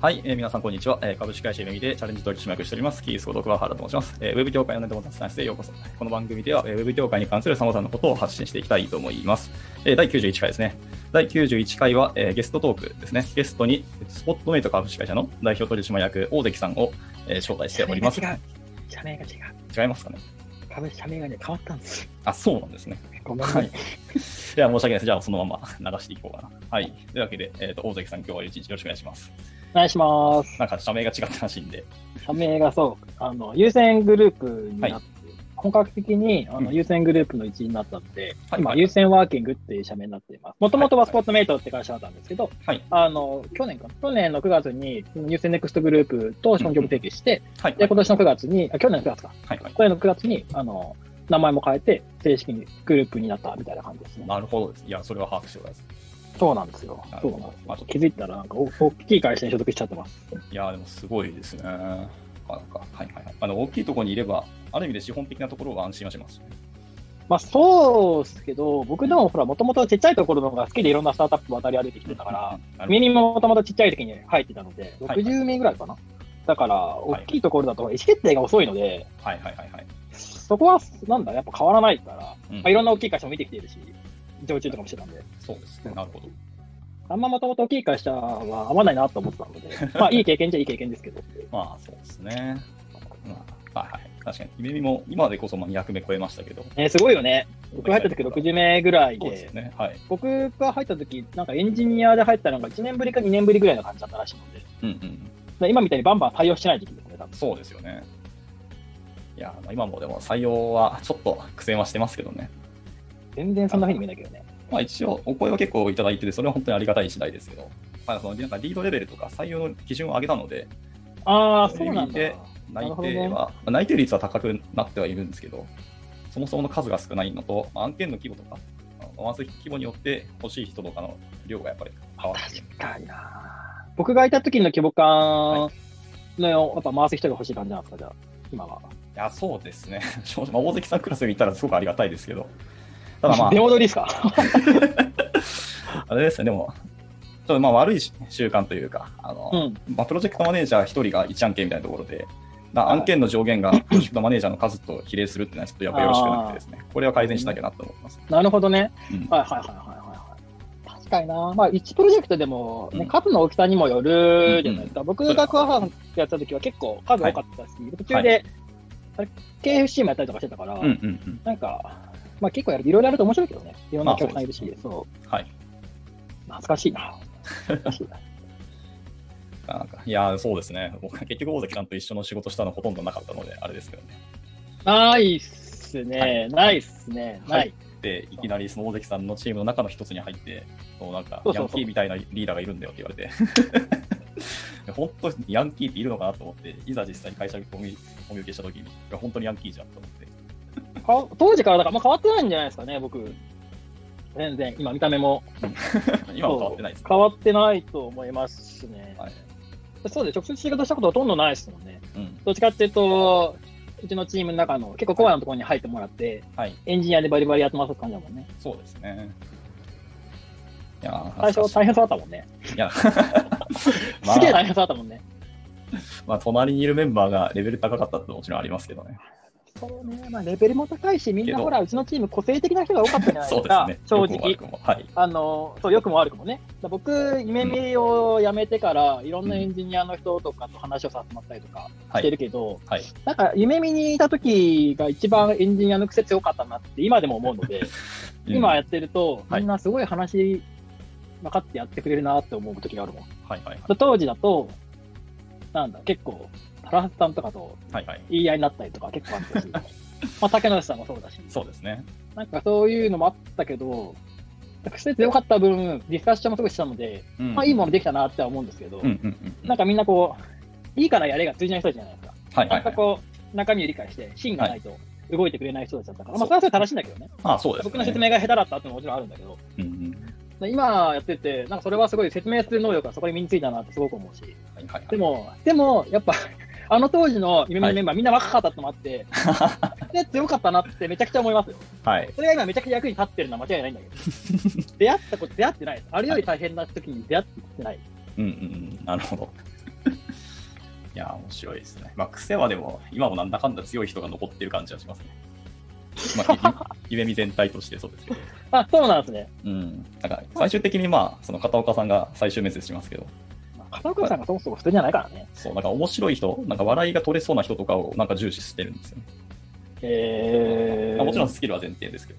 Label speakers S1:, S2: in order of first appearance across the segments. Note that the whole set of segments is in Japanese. S1: はい、えー、皆さんこんにちは、えー、株式会社ゆめみでチャレンジ取締役しておりますキースこと桑原と申します、えー、ウェブ業界のネタもたくさんしてようこそこの番組では、えー、ウェブ業界に関するさまざまなことを発信していきたいと思います、えー、第91回ですね第91回は、えー、ゲストトークですねゲストにスポットメイト株式会社の代表取締役大関さんを、えー、招待しております
S2: 社名が違
S1: う違いますかね
S2: 株社名がね変わったんです
S1: あそうなんですね
S2: ごめん なさい、はい
S1: では申し訳ないです。じゃあ、そのまま 流していこうかな。はい。というわけで、えっ、ー、と、大関さん、今日は一日よろしくお願いします。
S2: お願いします。
S1: なんか、社名が違ったらしいんで。
S2: 社名がそう、あの、優先グループになって、はい、本格的にあの、うん、優先グループの一員になったので、はい、今、はい、優先ワーキングっていう社名になっています。もともとはスポットメイトって会社だったんですけど、はい、あの、去年か、去年の9月に優先ネクストグループと商業提携して、うん、で、今年の9月に、あ、去年の9月か。はいはい、去年の9月に、あの、名前も変えて、正式にグループになったみたいな感じですね。
S1: なるほどいや、それは把握してくださ
S2: い。そうなんですよ。そうなんですまあ、気づいたら、なんか大きい会社に所属しちゃってます。
S1: いや、でもすごいですね。なんか、はいはいはい。あの、大きいところにいれば、ある意味で資本的なところは安心はします、ね。
S2: まあ、そうですけど、僕でもほら、もともとちっちゃいところの方が好きでいろんなスタートアップ渡り歩いてきてたから、ミニももともとちっちゃい時に入ってたので、60名ぐらいかな。はい、だから、大きいところだと意思決定が遅いので、
S1: はいはいはいはい。
S2: そこは、なんだ、やっぱ変わらないから、うん、まあ、いろんな大きい会社も見てきているし、常駐とかもしてたんで。
S1: そうですね、なるほど。
S2: あんまもともと大きい会社は合わないなと思ってたの で、まあ、いい経験じゃいい経験ですけど。
S1: まあ、そうですね。まあ、はいはい。確かに、夢見も今までこそ200名超えましたけど。
S2: えー、すごいよね。僕入った時60名ぐらいで、
S1: でねはい、
S2: 僕が入った時なんかエンジニアで入ったのが1年ぶりか2年ぶりぐらいの感じだったらしいので、
S1: うん
S2: うん、今みたいにバンバン対応してない時期ですね、多分
S1: そうですよね。いや、今もでも採用はちょっと苦戦はしてますけどね。
S2: 全然そんなふうに見えないけどね。
S1: まあ一応、お声は結構いただいてて、それは本当にありがたい次第ですけど、まあ、そのなんかリードレベルとか採用の基準を上げたので、
S2: ああ、そうなんだ。
S1: 内定は、ね、内定率は高くなってはいるんですけど、そもそもの数が少ないのと、案件の規模とか、ワンス規模によって欲しい人とかの量がやっぱり変わって
S2: 確かにな。僕がいた時の規模感の、やっぱ回す人が欲しい感じなんですか、じゃあ、今は。
S1: いや、そうですね。 正直、大関さんクラスにいたらすごくありがたいですけど。た だまあ。
S2: 出戻りですか
S1: あれですね、でも、ちょっとまあ悪い習慣というか、あの、うん、まあ、プロジェクトマネージャー1人が1案件みたいなところで、だ案件の上 限がプロジェクトマネージャーの数と比例するっていうのはちょっとやっぱよろしくなくてですね、これは改善しなきゃなと思います。
S2: なるほどね。うん、はいはいはいはい。確かにな。まあ、1プロジェクトでもね、ね、うん、数の大きさにもよるじゃないですか。僕が桑原さんやった時は結構数多かったし、はい、途中で、はい KFC もやったりとかしてたから、なんか、まあ、結構やるいろいろあると面白いけどね、いろんな客さんいるし、まあ、そう、ね、
S1: はい、
S2: 懐かしいな。 懐かしいな
S1: なんかいや、そうですね、僕は結局、大関さんと一緒の仕事したのほとんどなかったので、あれですけどね。
S2: ないっすね、ないっすね、ない。
S1: でいきなりその大関さんのチームの中の一つに入って、そうなんかヤンキーみたいなリーダーがいるんだよって言われて、 本当にヤンキーっているのかなと思って、いざ実際に会社にお見お見受けしたときに、本当にヤンキーじゃんと思
S2: って。当時からだから、まあ、変わってないんじゃないですかね、僕。全然、今、見た目も。
S1: 今も変わってないです、
S2: ね、変わってないと思いますしね。はい、そうで、直接仕事したことほとんどないですもんね。うん、どっちかっていうと、うちのチームの中の結構コアなところに入ってもらって、
S1: はい、
S2: エンジニアでバリバリやってますって感じだもんね。
S1: そうですね。
S2: いや最初大変そうだったもんね。
S1: いや、
S2: まあ、 すげえ大変そうだったもんね。
S1: まあ、隣にいるメンバーがレベル高かったってもちろんありますけどね。
S2: そうね、まあ、レベルも高いし、みんなほら、うちのチーム、個性的な人が多かったじゃ ないですか、
S1: すね、
S2: 正直。
S1: はい、
S2: あのそうよくも悪くもね、僕、夢見を辞めてから、いろんなエンジニアの人とかと話をさせてもらったりとかしてるけど、
S1: はいはい、
S2: なんか、夢見にいた時が一番エンジニアの癖強かったなって、今でも思うので、 うん、今やってると、みんなすごい話分かってやってくれるなって思う時があるもん。
S1: はいはい
S2: はい、当時だとなんだ、結構、原橋さんとかと言い合いになったりとか結構あった し、はいはい、まあ、竹野内さんもそうだし、
S1: そうですね。
S2: なんかそういうのもあったけど、癖強かった分、ディスカッションもすごいしたので、うん、まあ、いいものできたなって思うんですけど、なんかみんなこう、いいからやれが通じない人じゃないです
S1: か。はいはい、はい、
S2: なんかこう、中身を理解して、芯がないと。動いてくれない人たちだったから、はい、まあ、それはそれ正しいんだけどね。
S1: あそうです、ね、
S2: 僕の説明が下手だったってももちろんあるんだけど、
S1: うんうん
S2: 今やってて、なんかそれはすごい説明する能力がそこに身についたなってすごく思うし、でも、でもやっぱ あの当時の夢のメンバー、はい、みんな若かったってもあって、 で強かったなってめちゃくちゃ思いますよ。
S1: はい、
S2: それが今、めちゃくちゃ役に立ってるのは間違いないんだけど、出会ったこと、出会ってない、あれより大変な時に出会ってない。
S1: うんうん、なるほど。 いや、面白いですね。まあ、癖はでも、今もなんだかんだ強い人が残ってる感じはしますね。まあ、いゆめみ全体としてそうですけど。
S2: あ、そうなんですね。
S1: うん。だから、最終的にまあ、その片岡さんが最終面接しますけど。
S2: 片岡さんがそもそも普通じゃないからね。
S1: そう、なんか面白い人、なんか笑いが取れそうな人とかをなんか重視してるんですよね。
S2: えー、
S1: もちろんスキルは前提ですけど。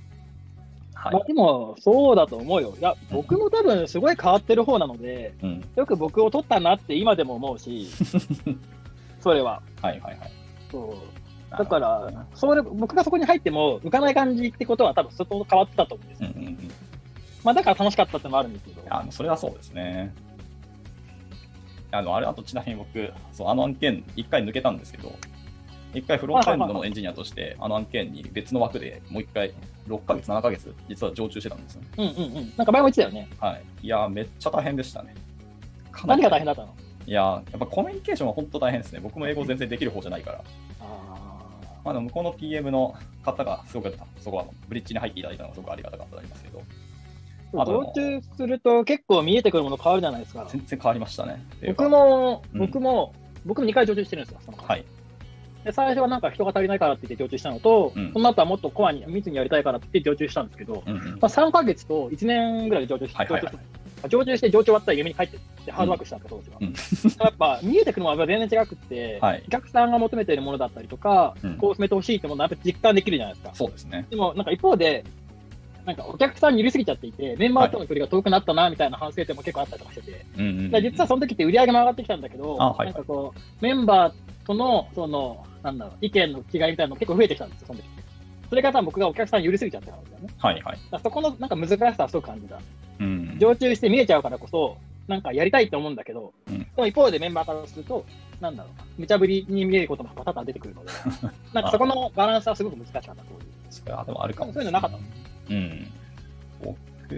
S2: はい、まあ、でも、そうだと思うよ。いや、僕も多分すごい変わってる方なので、うん、よく僕を取ったなって今でも思う し、それは。
S1: はいはいはい。
S2: そうだから、それ僕がそこに入っても浮かない感じってことは、多分相当変わってたと思うんですよ。うんうんうん、まあ、だから楽しかったってのもあるんですけど。
S1: あそれはそうですね。あのあれあとちなみに僕、そうあの案件、1回抜けたんですけど、1回フロントエンドのエンジニアとして、あの案件に別の枠でもう1回、6ヶ月、7ヶ月、実は常駐してたんですよ、ね。
S2: うんうんうん、なんか前も言ってたよね。
S1: はい、いやめっちゃ大変でしたね。
S2: 何が大変だったの
S1: いややっぱコミュニケーションは本当大変ですね。僕も英語全然できる方じゃないから。まあ、向こうの PM の方がすごくそこはブリッジに入っていただいたのがすごくありがたかったんですけど。
S2: 同中すると結構見えてくるもの変わるじゃないですか。
S1: 全然変わりましたね。
S2: 僕も、うん、僕も、僕も2回常駐してるんですよ、その
S1: はい。
S2: で最初はなんか人が足りないからって言って常駐したのと、うん、その後はもっとコアに密にやりたいからって言って常駐したんですけど、うんうん、まあ、3か月と1年ぐらいで常駐して、はいはいはい、常駐して常駐終わったら夢に帰ってってハードワークしたんですよ、当時は。やっぱ見えてくるものは全然違くて、はい、お客さんが求めているものだったりとか、こう進めてほしいってものはやっぱ実感できるじゃないですか。
S1: そうですね。
S2: でもなんか一方でなんかお客さんに寄りすぎちゃっていて、メンバーとの距離が遠くなったなみたいな反省点も結構あったりとかしてて、はいうんうんうん、実はその時って売り上げも上がってきたんだけど、はいはい、なんかこうメンバーとのそのなんだろう意見の違いみたいなの結構増えてきたんですよ、その時それが多分僕がお客さんに寄りすぎちゃったからですよね。
S1: はいはい、
S2: そこのなんか難しさはすごく感じた。うん、常駐して見えちゃうからこそ、なんかやりたいと思うんだけど、うん、でも一方でメンバーからすると、なんだろう、無茶ぶりに見えることもパターン出てくるの で、なんかそこのバランスはすごく難しかった、そう
S1: いう。あでもあるかも、ね、
S2: そういうのなかった
S1: うん、僕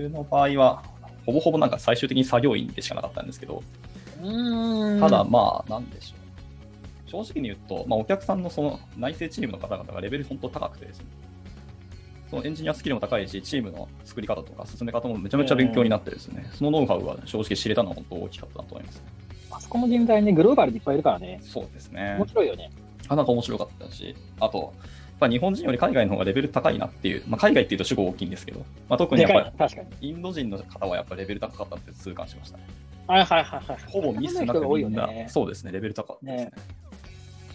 S1: の場合は、ほぼほぼなんか最終的に作業員でしかなかったんですけど、ただまあ、なんでしょう。正直に言うと、まあ、お客さんのその内製チームの方々がレベル本当高くてですね、そのエンジニアスキルも高いし、チームの作り方とか進め方もめちゃめちゃ勉強になってですね、そのノウハウが正直知れたのは本当大きかったなと思います。
S2: あそこの人材ね、グローバルでいっぱいいるからね。
S1: そうですね。
S2: 面白いよね。
S1: なかなか面白かったし、あと、まあ、日本人より海外の方がレベル高いなっていう、まあ、海外っていうと主語大きいんですけど、まあ、特にやっぱりインド人の方はやっぱレベル高かったって痛感しましたね。
S2: はいはいはいはい。
S1: ほぼミスなくみんな、ね、そうですね、レベル高かったですね。ね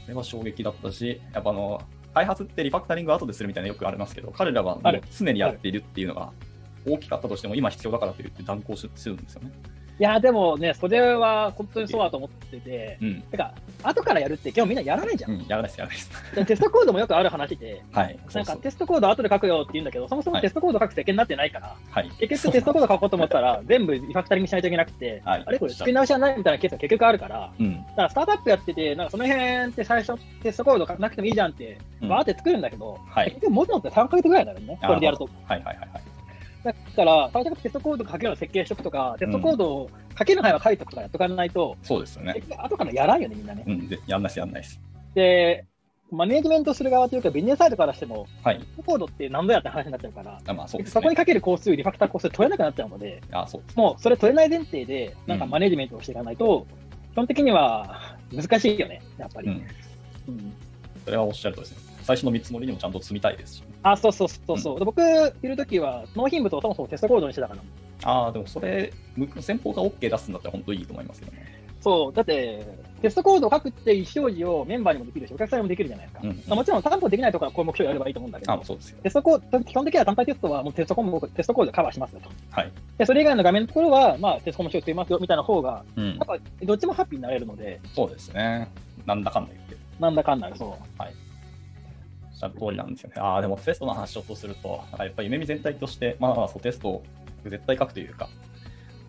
S1: それは衝撃だったし、やっぱあの、開発ってリファクタリング後でするみたいなよくありますけど、彼らはもう常にやっているっていうのが大きかったとしても、今必要だからと言って断行するんですよね。、
S2: いやでもね、それは本当にそうだと思ってて、うん、てか、後からやるって、今日みんなやらないじゃん。うん
S1: やらないです、やらない
S2: です。テストコードもよくある話で、
S1: はい、
S2: なんかテストコード後で書くよって言うんだけど、そもそもテストコード書く設計になってないから、はい、結局テストコード書こうと思ったら、全部リファクタリングしないといけなくて、はい、あれこれ作り直しじゃないみたいなケースが結局あるから、うん、だからスタートアップやってて、なんかその辺って最初、テストコード書かなくてもいいじゃんって、バーって作るんだけど、うんはい、結局、もともと3か月ぐらいだよね、これでやると。
S1: はいはいはいはい
S2: だから、最初テストコード書けるような設計しとくとか、テストコードを書ける範囲は書いとくとかやっとかないと、
S1: そうですよね。
S2: 後からやらんよね、みんなね。
S1: うん、やんないです、やんないです。
S2: で、マネージメントする側というか、ビジネスサイドからしても、
S1: はい、テ
S2: ストコードって何度やって話になっちゃうから、
S1: あまあそう、ね、
S2: そこにかける工数、リファクター工数取れなくなっちゃうので、
S1: あそう、ね、
S2: もうそれ取れない前提で、なんかマネージメントをしていかないと、うん、基本的には難しいよね、やっぱり。うん、
S1: うん、それはおっしゃるとですね。最初の見積もりにもちゃんと積みたいですし、ね、
S2: あそうそうそうそう、うん、僕いるときは納品物をそもそもテストコードにしてたから
S1: ああでもそれ先方が OK 出すんだったら本当にいいと思いますけどね
S2: そうだってテストコードを書くって意思表示をメンバーにもできるしお客さんにもできるじゃないですか、うんうんまあ、もちろん担当できないところはこういう目標やればいいと思うんだけど
S1: そうですよ
S2: テストコード基本的には単体テストはもうテストコードテストコードカバーしますよと、
S1: はい、
S2: でそれ以外の画面のところは、まあ、テストコード目標作りますよみたいな方が、うん、やっぱどっちもハッピーになれるので
S1: そうですねなんだかんだ言って
S2: なんだかんだそう、
S1: はい、した通りなんですよね。ああ、でもテストの話をとすると、なんかやっぱり夢見全体として、まあ、そうテストを絶対書くというか、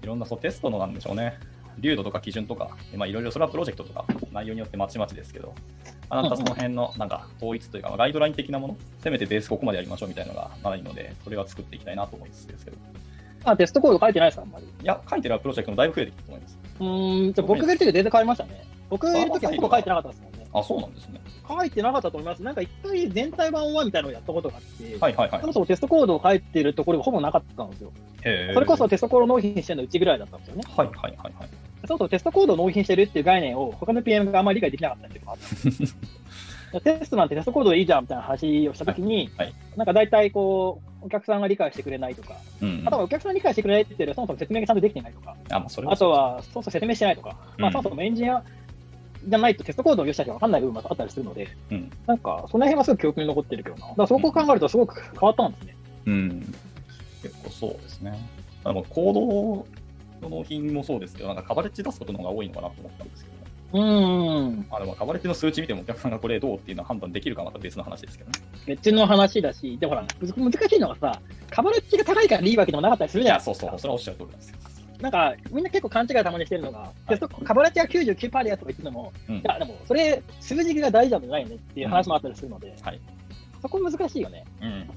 S1: いろんなそうテストのなんでしょうね、流度とか基準とか、まあ、いろいろそれはプロジェクトとか、内容によってまちまちですけど、あなたその辺のなんか統一というか、ガイドライン的なもの、せめてベースここまでやりましょうみたいなのがないので、それは作っていきたいなと思いつつですけど。
S2: あテストコード書いてないですか、あんまり。
S1: いや、書いてるプロジェクトもだいぶ増えてきたと思います。
S2: うん、じゃ僕がいるとき全然変わりましたね。僕がいるときはほぼ書いてなかったですもんね。
S1: あ、そうなんですね。
S2: 書いてなかったと思います。なんか一回全体版はみたいなのをやったことがあって、
S1: はいはいはい、
S2: そもそもテストコードを書いてるところがほぼなかったんですよ。
S1: そ
S2: れこそテストコード納品してるのうちぐらいだったんですよね。
S1: はいはいはい、はい。
S2: そうそう、テストコードを納品してるっていう概念を、他の PM があんまり理解できなかったりとか あったんでテストなんてテストコードでいいじゃんみたいな話をしたときに、
S1: はい
S2: なんか大体こう、お客さんが理解してくれないとか、
S1: うん
S2: あとはお客さんが理解してくれないっていうよりはそもそも説明がちゃんとできてないとか、
S1: あ、まあ、それ
S2: あとは、そもそも説明してないとか、
S1: う
S2: まあ、
S1: ん
S2: そもそもエンジニアじゃないとテストコードを用意した人は分かんない部分もあったりするので、
S1: うん
S2: なんか、その辺はすごく記憶に残ってるけどな。だから、そこを考えるとすごく変わったんですね。
S1: うん、結構そうですね。あの行動の納品もそうですけど、なんかカバレッジ出すことの方が多いのかなと思ったんですけど、
S2: うーん。
S1: あでもカバレッジの数値見てもお客さんがこれどうっていうのは判断できるかはまた別の話ですけどね。
S2: 別の話だし、でもほら、難しいのがさ、カバレッジが高いからいいわけでもなかったりする
S1: い
S2: じゃん。
S1: や、そうそう、それはおっしゃる通りなんですよ。
S2: なんか、みんな結構勘違いたまにしてるのが、テストカバレッジが99%でやつとか言ってるのも、
S1: うん
S2: いや、でも、それ、数字が大事なんじゃないよねっていう話もあったりするので、
S1: はい
S2: そこ難しいよね。
S1: うん。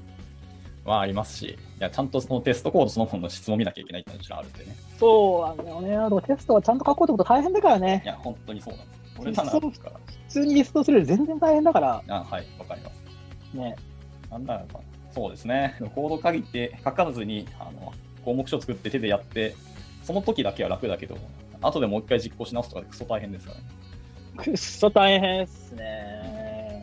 S1: はありますし、いやちゃんとそのテストコードその本の質も見なきゃいけないっていうのもちろんあるんでね。
S2: そうなんだよね。でもテストはちゃんと書こうってこと大変だからね
S1: い。や、本当にそうなんですよ。俺なら
S2: そう普通にリストするより全然大変だから、
S1: あはい、わかります。
S2: ね。
S1: なんだろうな。そうですね。でもコード限って書かずに、あの、項目書作って手でやって、その時だけは楽だけど、後でもう一回実行し直すとかクソ大変ですからね。
S2: くっそ大変っすね。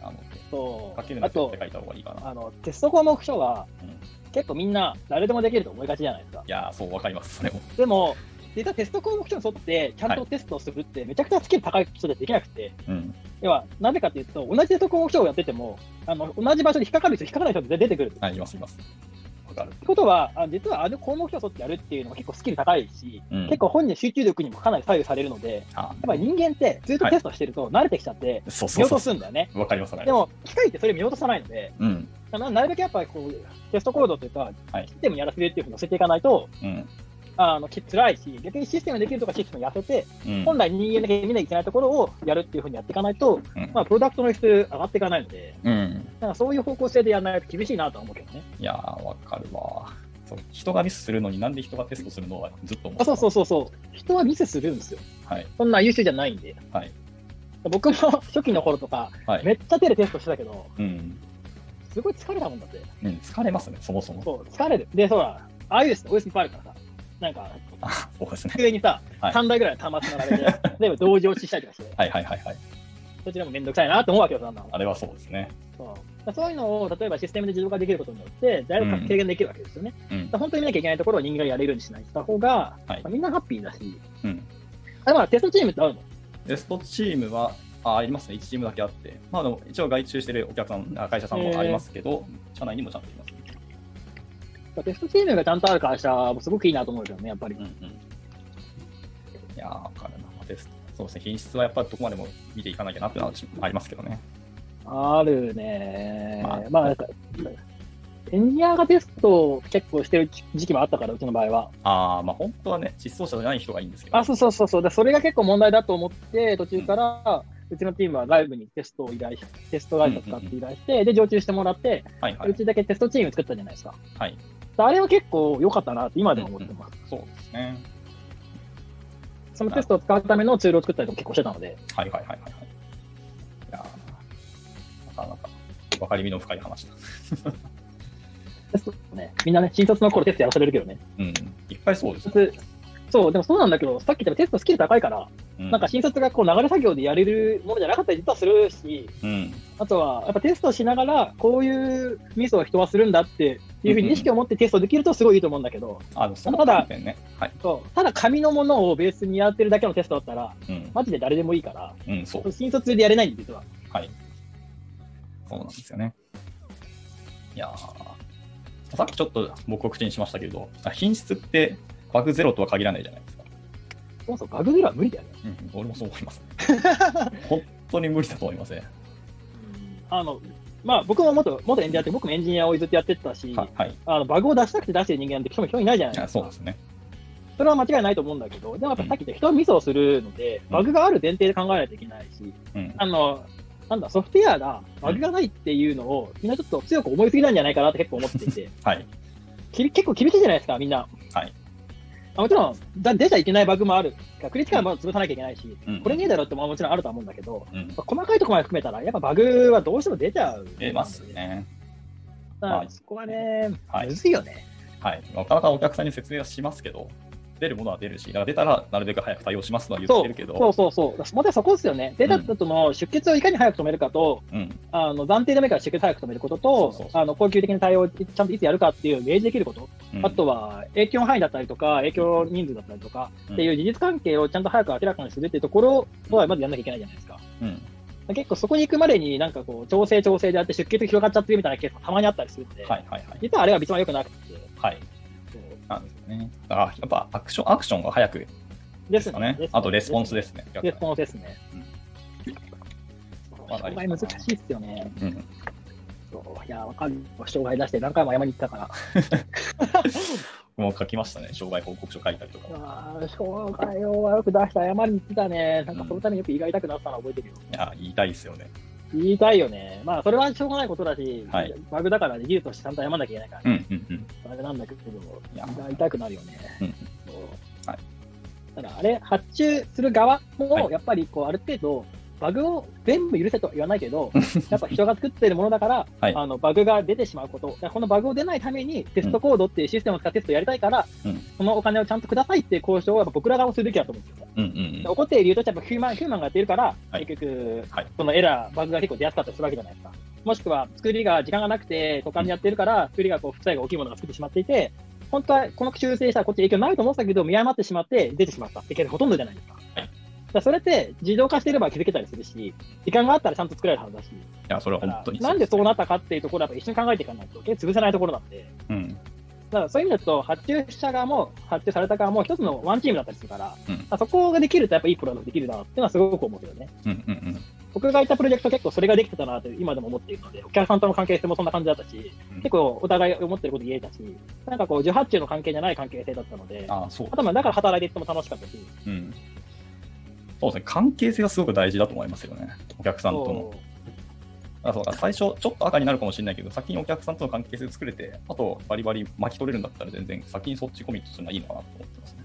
S1: あの、
S2: そ
S1: 書ける
S2: う。
S1: の
S2: あ
S1: は絶
S2: と
S1: 対、書いた方がいいかな。
S2: あの、テスト項目書は、
S1: うんい
S2: 結構みんな誰でもできると思いがちじゃないですか。
S1: やー、そう、わかります。それも。
S2: でも、実はテスト項目書に沿って、ちゃん
S1: は
S2: とテストをするって、めちゃくちゃスキル高い人ではできなくて、
S1: うん。
S2: 要は、なぜかというと、同じテスト項目書をやってても、あの同じ場所で引っかかる人、引っかからない人って出てくる。っ
S1: はい、います、います。わかる。
S2: てことは、あ実はあの項目書を沿ってやるっていうのが結構スキル高いし、
S1: うん。
S2: 結構本人の集中力にもかなり左右されるので、やっ
S1: あ
S2: ぱり人間ってずっとテストしてると慣れてきちゃって、
S1: そう
S2: 見
S1: そう
S2: 落
S1: そ
S2: とすんだよね。
S1: う。わかります、わかり
S2: で
S1: ま
S2: も、機械ってそれ見落とさないので、
S1: す。うん。
S2: ななるべくやっぱりこう、テストコードというか、
S1: はい
S2: システムにやらせるっていうふうに乗せていかないと、
S1: うん。
S2: あの、き辛いし、逆にシステムできるとかシステム痩せて、
S1: うん。
S2: 本来人間だけ見なきゃいけないところをやるっていうふうにやっていかないと、
S1: うん
S2: まあ、プロダクトの質上がっていかないので、
S1: うん。
S2: なんかそういう方向性でやらないと厳しいなとは思うけどね。
S1: いやー、わかるわ。そう人がミスするのになんで人がテストするのはずっと思って
S2: あ
S1: た
S2: そうそうそうそう、人はミスするんですよ。
S1: はい。
S2: そんな優秀じゃないんで。
S1: はい
S2: 僕も初期の頃とか、
S1: はい
S2: めっちゃ手でテストしてたけど、
S1: うん。
S2: すごい疲れたもんだって。
S1: うん。疲れますね、そもそも。
S2: そう、疲れる。で、そうだ、ああいうですお休みいっぱいあるからさ、なんか、
S1: あそうですね。
S2: 机にさ、
S1: はい
S2: 3台ぐらいの端末並べ て、例えば同時落ちしたりとかして、
S1: はいはいはいはい。
S2: そっちでもめんどくさいなと思うわけよ、そんなの。
S1: あれはそうですね。
S2: そうだからそういうのを例えばシステムで自動化できることによって、だいぶ軽減できるわけですよね。
S1: うん
S2: だから本当に見なきゃいけないところを人間がやれるようにしないした方が、
S1: はい
S2: まあみんなハッピーだし、
S1: うん。
S2: あまあテストチームってあるの
S1: テストチームは、あ、ありますね。1チームだけあって。まあでも、一応外注してるお客さん、あ会社さんもありますけど、社内にもちゃんといます、ね。
S2: まあテストチームがちゃんとある会社もすごくいいなと思うけどね、やっぱり
S1: うん。うん。いやー、わかるな。テスト。そうですね。品質はやっぱりどこまでも見ていかなきゃなってのはありますけどね。
S2: あるね、
S1: ま
S2: ま
S1: あ
S2: あ、なんか、エンジニアがテストを結構してる時期もあったから、うちの場合は。
S1: あー、まあ本当はね、実装者じゃない人がいいんですけど。
S2: あ、そうそうそうそう、でそれが結構問題だと思って、途中から、うちのチームは外部にテストを依頼し、テスト会社使って依頼して、で、常駐してもらって、
S1: はいは
S2: う
S1: い。
S2: ちだけテストチーム作ったじゃないですか。
S1: はい。
S2: あれは結構良かったなって今でも思ってます。
S1: そうですね。
S2: そのテストを使うためのツールを作ったりとか結構してたので。
S1: はいはいはいはいはい。いやー、なかなか分かりみの深い話だ。
S2: テストね、みんなね、新卒の頃テストやらされるけどね。
S1: うん。いっぱいそうです
S2: 普
S1: ね。
S2: 通そう、でもそうなんだけど、さっき言ったテストスキル高いから、
S1: うん
S2: なんか、新卒がこう流れ作業でやれるものじゃなかったり実はするし、
S1: うん。
S2: あとはやっぱテストしながら、こういうミスを人はするんだっていうふうに意識を持ってテストできるとすごいいいと思うんだけど、
S1: あの、その
S2: ただ
S1: 観点ね。はい。
S2: そうただ紙のものをベースにやってるだけのテストだったら、
S1: うん。
S2: マジで誰でもいいから、
S1: うん、そう。
S2: 新卒でやれないんで、実は。
S1: はい。そうなんですよね。いやーさっきちょっと僕を口にしましたけど、品質ってバグゼロとは限らないじゃないですか。
S2: そもそもバグゼロは無理だよね。
S1: うん、俺もそう思い ます。本当に無理だと思いますね。
S2: あの、まあ、僕も元元エンジニアって、僕もエンジニアをずっとやってたし、
S1: ははい。
S2: あのバグを出したくて出してる人間なんて、人も人いないじゃない
S1: い
S2: で
S1: や
S2: すか。
S1: そうですね。
S2: それは間違いないと思うんだけど、でもやっぱさっき言った人はミスをするので、バグがある前提で考えないといけないし、
S1: うん。
S2: あの、なんだ、ソフトウェアがバグがないっていうのを、みんなちょっと強く思いすぎなんじゃないかなって結構思ってい て、
S1: はい。
S2: き結構厳しいじゃないですか、みんな。
S1: はい
S2: あもちろんだ、出ちゃいけないバグもあるから、クリティカルも潰さなきゃいけないし、
S1: うん
S2: これねえだろってももちろんあるとは思うんだけど、
S1: うん。
S2: まあ細かいところまで含めたら、やっぱバグはどうしても出ちゃう、
S1: 出ます。ね。
S2: だからそこはね、
S1: はい
S2: むずいよね。
S1: はい、なかなかお客さんに説明はしますけど、出るものは出るし、だから出たらなるべく早く対応しますのは言
S2: そ
S1: って
S2: う
S1: るけど、
S2: そうそうそう、またそこですよね、データとの出血をいかに早く止めるかと、
S1: うん、
S2: あの暫定ダメから出血を早く止めることと、
S1: そうそうそう
S2: あの恒久的な対応をちゃんといつやるかっていう明示できること、
S1: うん
S2: あとは影響範囲だったりとか、影響人数だったりとか、
S1: うん
S2: っていう事実関係をちゃんと早く明らかにするっていうところはまずやんなきゃいけないじゃないですか。
S1: うん、
S2: 結構そこに行くまでになんかこう調整調整であって出血が広がっちゃってるみたいなケースもたまにあったりするんで、
S1: はいはいはい。
S2: 実はあれは一番良くなくて、
S1: はい、
S2: そう
S1: なんですよね。あやっぱアクション、アクションが早くで
S2: ですす
S1: か
S2: ね
S1: ね。。あとレスポンス
S2: で
S1: ですね。
S2: すね。レスポンスですね。
S1: わかりま
S2: 障害
S1: し
S2: 難
S1: た
S2: しいですよね。
S1: うん、
S2: そういや、わかる。障害出して何回も謝りに行ったから。
S1: もう書きましたね。障害報告書書いたりとか。い
S2: あー障害をよく出して謝りに行ってたね。なんかそのためによく胃が痛くなったのは覚えてるよ。
S1: や、言いたいですよね。
S2: 言いたいよね。まあ、それはしょうがないことだし、
S1: はい
S2: バグだから技術としてちゃんと謝んなきゃいけないから、
S1: うんうんうん。
S2: バグなんだけど、
S1: いや
S2: 胃が痛くなるよね。
S1: うん
S2: そう
S1: はい
S2: ただ、あれ、発注する側
S1: は
S2: も、
S1: い
S2: やっぱりこうある程度、バグを全部許せとは言わないけど、やっぱ人が作ってるものだから、
S1: はい
S2: あのバグが出てしまうこと、だからこのバグを出ないためにテストコードっていうシステムを使ってテストやりたいから、
S1: うん
S2: そのお金をちゃんとくださいっていう交渉をやっぱ僕ら側もするべきだと思うんですよね。
S1: うんうん
S2: 怒っている理由としてはやっぱヒューマン、ヒューマンがやっているから、
S1: はい
S2: 結局、
S1: はい
S2: そのエラー、バグが結構出やすかったりするわけじゃないですか。もしくは、作りが時間がなくて、股間でやってるから、作りがこう、負債が大きいものが作ってしまっていて、本当はこの修正したらこっち影響ないと思ってたけど、見誤ってしまって、出てしまったってケースほとんどじゃないですか。
S1: い
S2: だからそれって、自動化していれば気づけたりするし、時間があったらちゃんと作れるはずだし、
S1: いや、それは
S2: だ
S1: 本
S2: か
S1: 当に
S2: らなんでそうなったかっていうところはやっぱ一緒に考えていかないと、結構潰せないところなんで、
S1: うん。
S2: だからそういう意味だと、発注者側も、発注された側も、一つのワンチームだったりするから、
S1: うん
S2: まあそこができると、やっぱいいプロダクトできるなっていうのはすごく思うけどね。
S1: うんうんうん。
S2: 僕がいたプロジェクト、結構それができてたなと今でも思っているので、お客さんとの関係性もそんな感じだったし、
S1: うん
S2: 結構お互い思ってること言えたし、なんかこう、受発注の関係じゃない関係性だったので、あ
S1: ああ、そう。
S2: とまあだから働いていっても楽しかったし、
S1: うん。そうですね。関係性がすごく大事だと思いますよね。お客さんとの。
S2: そう
S1: あそうか最初、ちょっと赤になるかもしれないけど、先にお客さんとの関係性を作れて、あとバリバリ巻き取れるんだったら、全然先にそっちコミットするのはいいのかなと思ってますね。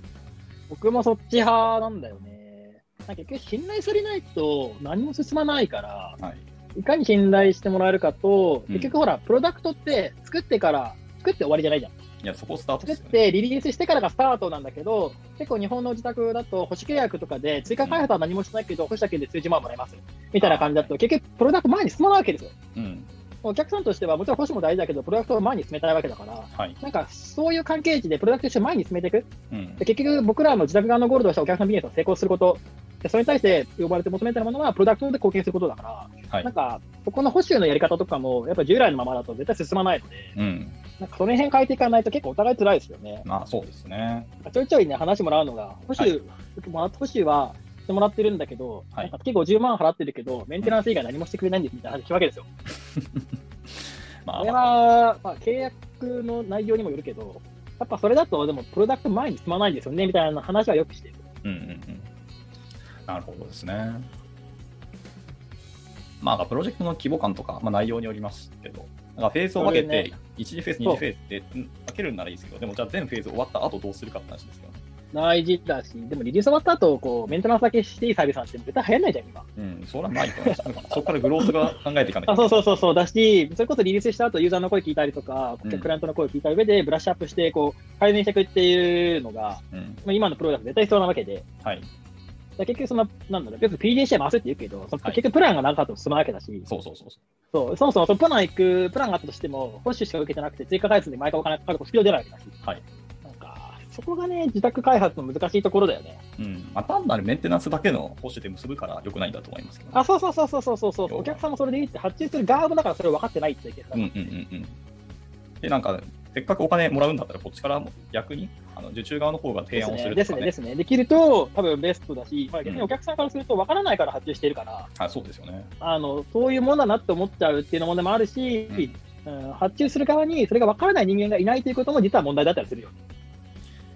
S2: 僕もそっち派なんだよね。なんか結局、信頼されないと何も進まないから、
S1: はい、
S2: いかに信頼してもらえるかと、
S1: うん
S2: 結局ほら、プロダクトって作ってから、作って終わりじゃないじゃん。
S1: いや、そこスタートで
S2: 作っ
S1: すよね。
S2: てリリースしてからがスタートなんだけど、結構日本の自宅だと保守契約とかで追加開発は何もしないけど、保守だけで数十万もらえますみたいな感じだと、結局プロダクト前に進まないわけですよ。
S1: うん。
S2: お客さんとしてはもちろん保守も大事だけど、プロダクトを前に進めたいわけだから、
S1: はい。
S2: なんかそういう関係値でプロダクトとして前に進めていく。
S1: うん
S2: で。結局僕らの自宅側のゴールドとしたお客さんのビジネスを成功すること。でそれに対して呼ばれて求めてるものはプロダクトで貢献することだから、
S1: はい
S2: なんか、そこの保守のやり方とかも、やっぱ従来のままだと絶対進まないので、
S1: うん。
S2: なんかその辺変えていかないと結構お互い辛いですよね。
S1: まあ、そうですね。
S2: ちょいちょいね、話もらうのが、保
S1: は
S2: 守、もら保守はしてもらってるんだけど、
S1: はい
S2: なんか結構10万払ってるけど、メンテナンス以外何もしてくれないんですみたいな話聞くわけですよ。
S1: ま
S2: こ
S1: あ、
S2: れは、まあ、契約の内容にもよるけど、やっぱそれだと、でもプロダクト前に進まないんですよねみたいな話はよくしてる。
S1: うんうんうん。なるほどですね。まあ、プロジェクトの規模感とか、まあ、内容によりますけど、なんかフェーズを分け
S2: そうで
S1: て、1次フェーズ、2
S2: そう
S1: 次フェーズで分けるんならいいですけど、でもじゃあ全フェーズ終わった後どうするかって話ですよね。
S2: 大事だし、でもリリース終わった後、こう、メンテナンスだけしていいサービスなんて絶対流行んないじゃん、今。
S1: うん、それはないと思います。そこからグロースが考えていかないと
S2: あそうそうそうそうだし、それこそリリースした後ユーザーの声聞いたりとか、
S1: うん
S2: クライアントの声聞いた上で、ブラッシュアップしてこう改善していくっていうのが、
S1: うん、
S2: まあ今のプロダクト絶対必要なわけで、だか
S1: はい、
S2: ら結局その、なんだろう、よく PDCA 回すって言うけど、その
S1: はい
S2: 結局プランがなかったと進まないわけだし、
S1: そうそうそうそ
S2: そうそもそもそのプラン行く、プランがあったとしても、保守しか受けてなくて、追加開発に毎回お金かかるとスピード出ないわけだし、
S1: はい
S2: なんか、そこがね、自宅開発の難しいところだよね。
S1: う。うん、まあ、単なるメンテナンスだけの保守で結ぶから良くないんだと思いますけど、
S2: あ、そうそうそうそうそうそうそう、お客さんもそれでいいって、発注する側もだからそれを分かってないっていけな
S1: うんうんうんうん。で、なんか、せっかくお金もらうんだったら、こっちからも逆に、あの受注側の方が提案をする
S2: で
S1: と
S2: す
S1: か
S2: ね、
S1: ね。
S2: ですね、ですね。できると、多分ベストだし、まあ、逆に
S1: うん
S2: お客さんからすると分からないから発注してるから、
S1: はい、そうですよね。
S2: あのそういうものだなって思っちゃうっていうのもでもあるし、うん発注する側にそれが分からない人間がいないということも実は問題だったりするよね。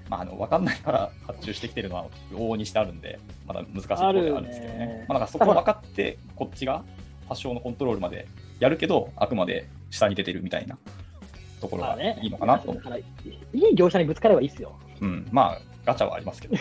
S1: まあ、あの分かんないから発注してきてるのは往々にしてあるんで、まだ難しいところではあるんですけどね。
S2: あるね
S1: まあ、なんかそこは分かって、こっちが多少のコントロールまでやるけど、あくまで下に出てるみたいなところ
S2: まあ
S1: が
S2: ね
S1: いいのかなと思
S2: だ
S1: う。
S2: からいい業者にぶつかればいいですよ。
S1: うん、まあ、ガチャはありますけど。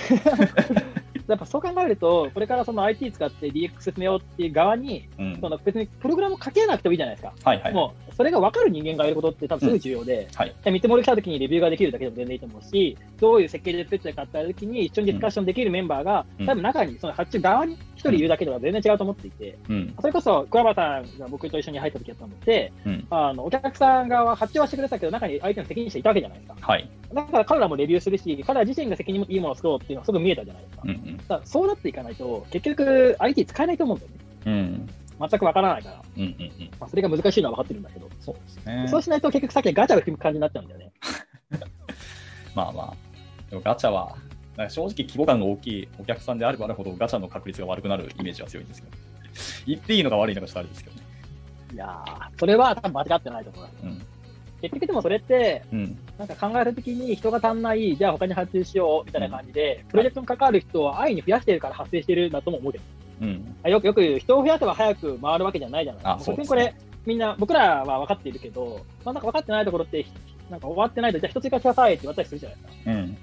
S2: やっぱそう考えると、これからその IT 使って DX 進めようっていう側に、
S1: うん、
S2: そ
S1: はい
S2: の別にプログラムかけなくてもいいじゃないですか。
S1: はい。
S2: もうそれが分かる人間がいることって多分すごい重要で、
S1: はい。
S2: 見積もり来た時にレビューができるだけでも全然いいと思うし、どういう設計で作ってるかってやった時に一緒にディスカッションできるメンバーが、
S1: うん
S2: 多分中に、その発注側に一人いるだけでは全然違うと思っていて、
S1: うん。
S2: それこそ桑原さんが僕と一緒に入った時やったので、
S1: うん。
S2: あのお客さん側は発注はしてくれたけど、中に相手の責任者いたわけじゃないですか。
S1: はい。
S2: だから彼らもレビューするし、彼ら自身が責任もいいものを作ろうっていうのはすぐ見えたじゃないですか。
S1: うんうん。
S2: だからそうなっていかないと、結局 IT 使えないと思うんだよね。
S1: うん。
S2: 全くわからないから。
S1: うんうんうん。
S2: まあ、それが難しいのは分かってるんだけど、
S1: そうですね。
S2: そうしないと結局さっきガチャが組む感じになっちゃうんだよね。
S1: まあまあ、でもガチャは、なんか正直規模感の大きいお客さんであればあるほどガチャの確率が悪くなるイメージは強いんですけど、言っていいのか悪いのかちょっとあれですけどね。
S2: いやー、それは多分間違ってないと思います。
S1: うん。
S2: 結局でもそれって、
S1: うん。
S2: なんか考えた時に人が足んない、じゃあ他に発注しようみたいな感じで、プロジェクトに関わる人は安易に増やしてるから発生してるんだとも思うけど、
S1: うん。
S2: あよくよく言う人を増やせば早く回るわけじゃないじゃない
S1: あ
S2: か。
S1: そう
S2: 当
S1: で
S2: 然
S1: す
S2: こ
S1: ね
S2: れ、みんな、僕らは分かっているけど、まあ、なんか分かってないところって、なんか終わってないと、じゃあ一つ追加してくださいって言われたりするじゃないですか。
S1: うん。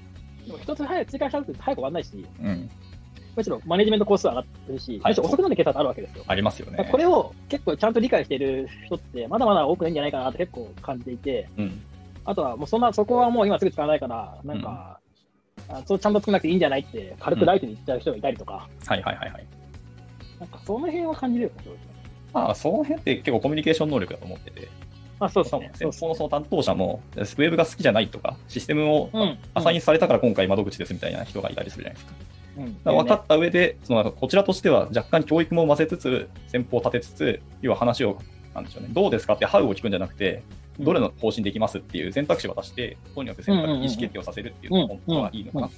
S2: でも一つ早く追加したくて早く終わらないし、
S1: うん。
S2: むしろマネジメントコストは上がってるし、
S1: はい
S2: むしろ遅くなるケースだってあるわけですよ。
S1: ありますよね。
S2: これを結構ちゃんと理解している人って、まだまだ多くないんじゃないかなって結構感じていて、
S1: うん。
S2: あとはもうそんな、そこはもう今すぐ使わないから、なんか、あそうちゃんと作らなくていいんじゃないって、軽くライトに言っちゃう人がいたりとか、
S1: はいはいはいはい。
S2: なんかその辺は感じるよね、正直
S1: まあ、その辺って結構コミュニケーション能力だと思ってて、
S2: まあ、そうです
S1: その
S2: ね。
S1: 先方のその担当者も、ウェブが好きじゃないとか、システムを
S2: うん。
S1: アサインされたから今回窓口ですみたいな人がいたりするじゃないですか。
S2: うん
S1: だから分かった上で、そのこちらとしては若干教育も混ぜつつ、戦法を立てつつ、要は話を、なんでしょうね、どうですかって、ハウを聞くんじゃなくて、どれの方針できますっていう選択肢を渡して、とにかく選択、
S2: うんうんうん
S1: 意思決定をさせるっていうのが本当はいいのかなと。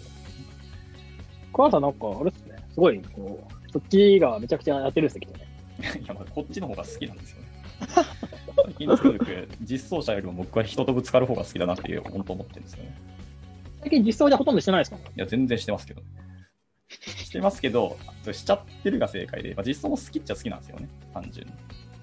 S2: 桑田さんなんか、あれですね、すごい、こう、そっちがめちゃくちゃやってるんですね、きっとね。
S1: いや、まあこっちの方が好きなんですよね。 最近の努力、実装者よりも僕は人とぶつかる方が好きだなっていう、本当思ってるんですよね。
S2: 最近実装じゃほとんどしてないですもんね。
S1: いや、全然してますけど、ね。してますけど、それしちゃってるが正解で、まあ、実装も好きっちゃ好きなんですよね、単純に。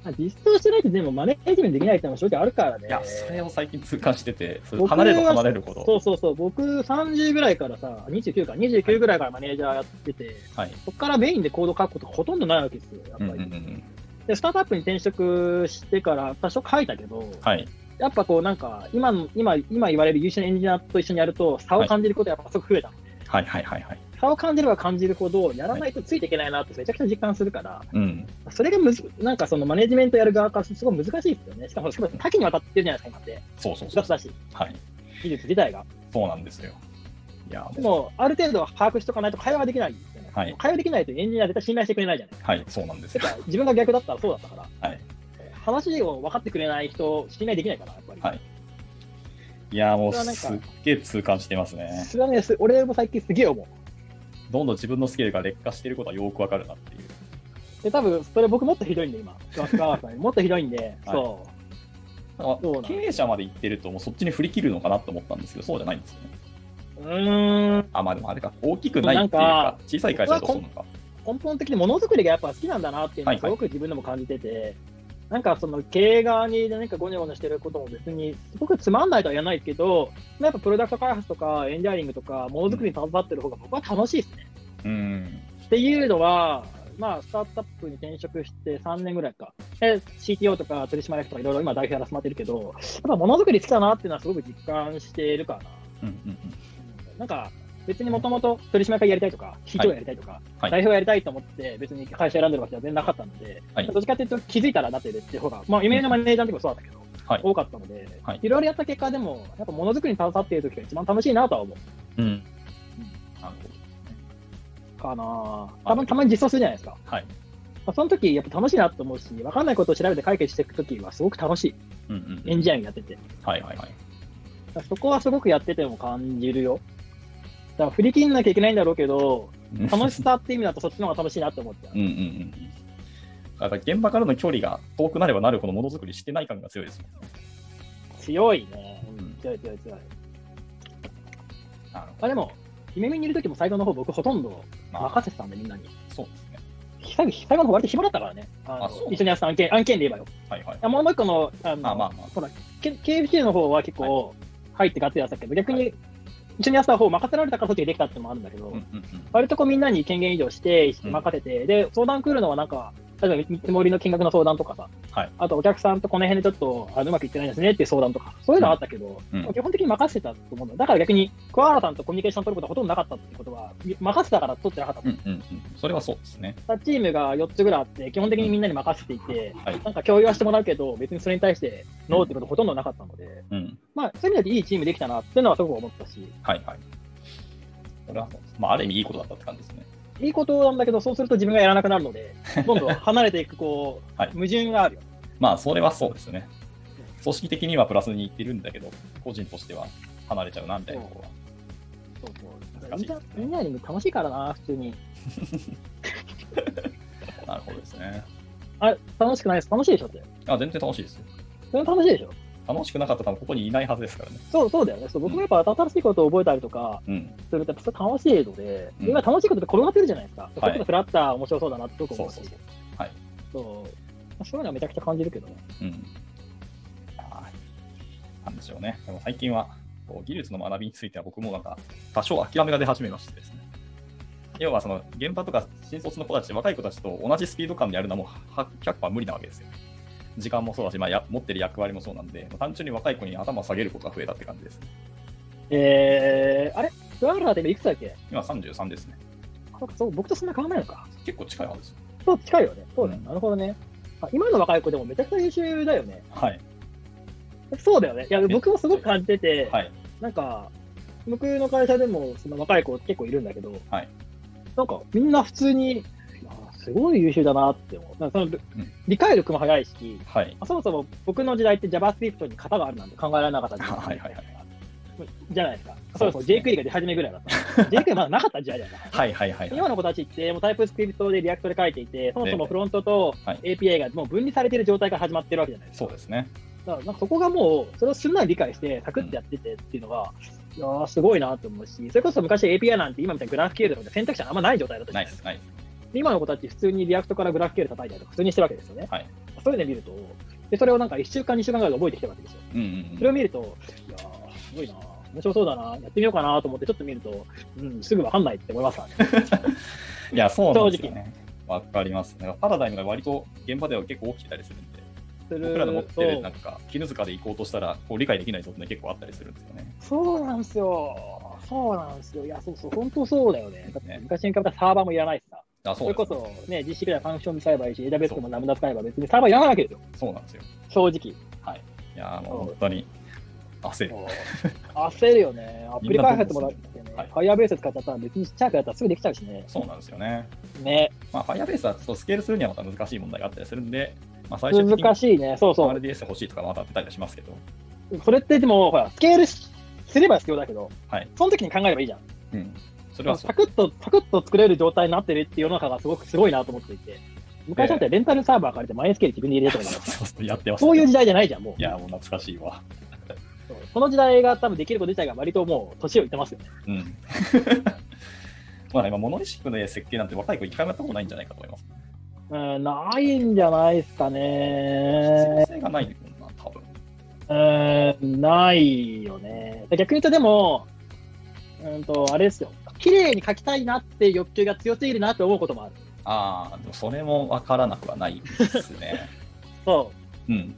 S2: まあ実装してないとでもマネージメントできないっていうのも正直あるからね。
S1: いや、それを最近痛感してて、それ
S2: 僕は
S1: 離れる離れるほ
S2: そ
S1: ど。
S2: うそうそう、僕30ぐらいからさ、29か、29ぐらいからマネージャーやってて、
S1: はい。
S2: そこからメインでコード書くことほとんどないわけですよ、やっぱ
S1: うん
S2: り。
S1: うんうん
S2: で、スタートアップに転職してから多少書いたけど、
S1: はい。
S2: やっぱこうなんか、今の、今、今言われる優秀なエンジニアと一緒にやると、差を感じることやっぱすごく増えたの、
S1: はいはいはいはい。
S2: 差を感じれば感じるほど、やらないとついていけないなってめちゃくちゃ実感するから、
S1: うん。
S2: それがむず、なんかそのマネジメントやる側からするとすごい難しいですよね。しかも、しかも多岐にわたってるじゃないですか、今って。
S1: そうそう
S2: 複
S1: そう
S2: 雑。だし、
S1: はい。
S2: 技術自体が。
S1: そうなんですよ。いや、
S2: でも、ある程度は把握しておかないと会話ができないですよね。
S1: はい
S2: 会話できないとエンジニアは絶対信頼してくれないじゃない
S1: はい、そうなんです
S2: で
S1: よ
S2: す。か。自分が逆だったらそうだったから。
S1: はい。
S2: 話を分かってくれない人、信頼できないから、やっぱり。
S1: はいいや、もう
S2: それはなんか
S1: すっげえ痛感してますね。
S2: それはね、す俺も最近すげえ思う。
S1: どんどん自分のスケールが劣化していることはよくわかるなっていう。
S2: で、多分、それ僕もっとひどいんで、今。ガッカーさんよりもっとひどいんで、そ
S1: なん
S2: そうなん
S1: か
S2: です
S1: 経営者まで行ってると、もうそっちに振り切るのかなと思ったんですけど、そうじゃないんですよね。
S2: う。うーん。
S1: あ、まあでもあれか、大きくないっていう
S2: なん
S1: か
S2: か、
S1: 小さい会社だとそうなのか。
S2: 根本的にものづくりがやっぱ好きなんだなっていうの
S1: は
S2: はいす
S1: はい
S2: ごく自分でも感じてて、なんかその経営側に何かゴニョゴニョしてることも別にすごくつまんないとは言わないけど、やっぱプロダクト開発とかエンジニアリングとかものづくりに携わってる方が僕は楽しいですね。
S1: うん。
S2: っていうのは、まあ、スタートアップに転職して3年ぐらいか、で CTO とか取締役とかいろいろ今代表やらせてもらってるけど、やっぱものづくり好きだなっていうのはすごく実感してるかな。
S1: うんうん
S2: うんなんか別にもともと取締役やりたいとか、市長やりたいとか、
S1: はい
S2: 代表やりたいと思って、別に会社選んでるわけでは全然なかったので、
S1: はい
S2: どっちかというと気づいたらなってるっていう方が、まあ、イメージのマネージャーの時もそうだったけど、
S1: はい
S2: 多かったので、
S1: はい
S2: い、ろいろやった結果でも、やっぱものづくりに携わっている時が一番楽しいなとは思
S1: うん。うん。なるほど。
S2: うかなぁたまたまに実装するじゃないですか。
S1: はい。
S2: まあ、その時やっぱ楽しいなと思うし、分かんないことを調べて解決していく時はすごく楽し
S1: うんうん
S2: い、エンジニアリングやってて、だ
S1: はいはいはい。
S2: からそこはすごくやってても感じるよ。だから振り切んなきゃいけないんだろうけど、 楽しさって意味だとそっちの方が楽しいなと思って。
S1: うんうんうんうん。だから現場からの距離が遠くなればなるほどものづくりしてない感が強いですもんね。
S2: 強いね。
S1: うん
S2: 強い強い強い。
S1: なるほ
S2: あでも、夢見にいる時も最後の方僕ほとんど
S1: ど。まあ、
S2: 任せてたんでみんなに。
S1: そうですね。
S2: 最後最後の方割と暇だったからね。あの
S1: あそう
S2: 一緒にやってた案件案件で言えばよ。
S1: はいはい。
S2: あもう一個の、あの
S1: まあまあまあ。
S2: ほら、K- KFC の方は結構入ってガッツリやってたけど、逆に、一緒にやってた方を任せられたからそっちでできたってのもあるんだけど、
S1: うんうんうん。
S2: 割とこうみんなに権限移譲して、
S1: うん
S2: 任せて、で、相談来るのはなんか、例えば見積もりの金額の相談とかさ、
S1: はい
S2: あとお客さんとこの辺でちょっとあのうまくいってないですねっていう相談とか、そういうのはあったけど、
S1: うんうん
S2: 基本的に任せてたと思うんだよ。だから逆に、桑原さんとコミュニケーション取ることはほとんどなかったってことは、任せたから取ってなかったと
S1: うん
S2: 思う。
S1: うんうん、それはそうですね。
S2: だからチームが4つぐらいあって、基本的にみんなに任せていて、
S1: はい
S2: なんか共有はしてもらうけど、別にそれに対してノーってことほとんどなかったので、
S1: うん、
S2: まあ、そういう意味ではいいチームできたなっていうのはすごく思ったし、
S1: はいはい。それはそうです。まあ、ある意味いいことだったって感じですね。
S2: いいことなんだけど、そうすると自分がやらなくなる ので、どんどん離れていく、こう、
S1: はい
S2: 矛盾があるよ。
S1: まあ、それはそうですね。組織的にはプラスにいってるんだけど、個人としては離れちゃうなみたいなところは。
S2: そうそう
S1: 難しいで
S2: インタ
S1: すね
S2: ーインターニング楽しいからな、普通に。
S1: なるほどですね。
S2: あれ、楽しくないです。楽しいでしょって。
S1: あ全然楽しいですよ。
S2: それも楽しいでしょ。
S1: 楽しくなかったら多分ここにいないはずですからね。
S2: そう、そうだよね。そう僕もやっぱ新しいことを覚えたりとか
S1: うん。
S2: すると、やっぱそれ楽しいので、
S1: うん
S2: 今楽しいことって転がってるじゃないですか。
S1: い
S2: そこでフラッター面白そうだなって僕
S1: そ
S2: 思
S1: うそ
S2: うし。そうう
S1: そう。
S2: そういうのはめちゃくちゃ感じるけどね。
S1: うん。あーなんでしょうね。でも最近は、こう技術の学びについては僕もなんか、多少諦めが出始めましてですね。要はその現場とか新卒の子たち、若い子たちと同じスピード感でやるのはもうは100%無理なわけですよ。時間もそうだし、まあ、や持ってる役割もそうなんで、まあ単純に若い子に頭を下げることが増えたって感じですね。
S2: えー、あれクワーラーって今いくつだっけ
S1: 今33ですね。
S2: そうかそう僕とそんな変わらないのか。
S1: 結構近いはずですよ。
S2: そう、近いよね。そうだよ、
S1: うん
S2: なるほどね。あ今の若い子でもめちゃくちゃ優秀だよね。
S1: はい。
S2: そうだよね。いや、
S1: ね
S2: 僕もすごく感じてて、
S1: はい。
S2: なんか、僕の会社でもその若い子結構いるんだけど、
S1: はい
S2: なんかみんな普通に、いやすごい優秀だなって思う。なんかその
S1: ん
S2: 理解力も早いし、
S1: はい。
S2: そもそも僕の時代って JavaScript に型があるなんて考えられなかった時代
S1: はいはいはい
S2: じゃないですか。そもそも JQuery が出始めぐらい だった。JQuery まだなかった時代だよね。
S1: はいはいはいはい。
S2: 今の子たちって、もうタイプスクリプトでリアクトで書いていて、そもそもフロントと
S1: はい
S2: API がもう分離されてる状態から始まってるわけじゃないですか。
S1: そうですね。
S2: だからなんかそこがもう、それをすんなり理解して、サクッとやっててっていうのが、いやーすごいなと思うし、それこそ昔 API なんて今みたいにグラフ q l とか選択肢あんまない状態だったじ
S1: ナイ
S2: ゃないです
S1: ス
S2: か。
S1: ナイス。
S2: で今の子たち、普通にリアクトからグラフ q l 叩いたりとか、普通にしてるわけですよね。
S1: はい
S2: そういうの見ると、でそれをなんか1週間、2週間ぐらいで覚えてきたわけですよ。
S1: うんうん
S2: そ
S1: うん
S2: れを見ると、いやーすごいな面白そうだなやってみようかなと思って、ちょっと見ると、うん、すぐわかんないって思いますからね。
S1: いや、そうなんですよね。わかります。なんかパラダイムが割と現場では結構起きてたりするんで、
S2: そ れ
S1: 僕らの持ってる
S2: と
S1: なんか絹塚で行こうとしたら、こう理解できないことね結構あったりするんですよね。
S2: そうなんですよ。そうなんですよ。いや、そうそう、本当そうだよね。だって昔に比べたらサーバーもいらないしさ。
S1: あ、
S2: そ
S1: そうで
S2: れこ
S1: す、ね。
S2: そ、ね、実施くらいファンクション使えばいいし、AWS で
S1: そ
S2: も
S1: う
S2: ラムダ使えば別にサーバーいらないわけですよ、
S1: そうなんですよ。
S2: 正直。
S1: はい。いや、あの、
S2: そう
S1: 本当に焦る。
S2: 焦るよね。アプリ開発もだっ
S1: みん
S2: てね、
S1: はい
S2: Firebase 使っちゃったら別にちっちゃくやったらすぐできちゃうしね。
S1: そうなんですよね。
S2: ね、
S1: まあ、Firebase はちょっとスケールするにはまた難しい問題があったりするんで、まあ、最終的に
S2: 難しいね。そうそう。
S1: RDS 欲しいとかまたあったりはしますけど、
S2: それってでも、ほら、スケールしすれば必要だけど、
S1: はい
S2: その時に考えればいいじゃん。
S1: うん。それはそう
S2: サ。クッと、サクッと作れる状態になってるっていう世の中がすごくすごいなと思っていて、昔だってレンタルサーバー借りてマイスケール自分で入れた
S1: そ
S2: と
S1: う
S2: か、
S1: そうそう、やってます。
S2: そういう
S1: い
S2: 時代じゃないじゃん、もう。
S1: や、もう懐かしいわ。
S2: そうその時代が多分できること自体が割ともう年をいってますよね。
S1: うん。 まあ、今、モノリシックの設計なんて若い子一回もやったことないんじゃないかと思います。
S2: うん、ないんじゃないですか
S1: 必
S2: ね
S1: 要。性がないもんな、多分。
S2: うん、ないよね。逆に言うと、でも、うんと、あれですよ。綺麗に書きたいなって欲求が強すぎるなって思うこともある。
S1: ああ、でもそれもわからなくはないですね。
S2: そ
S1: うん。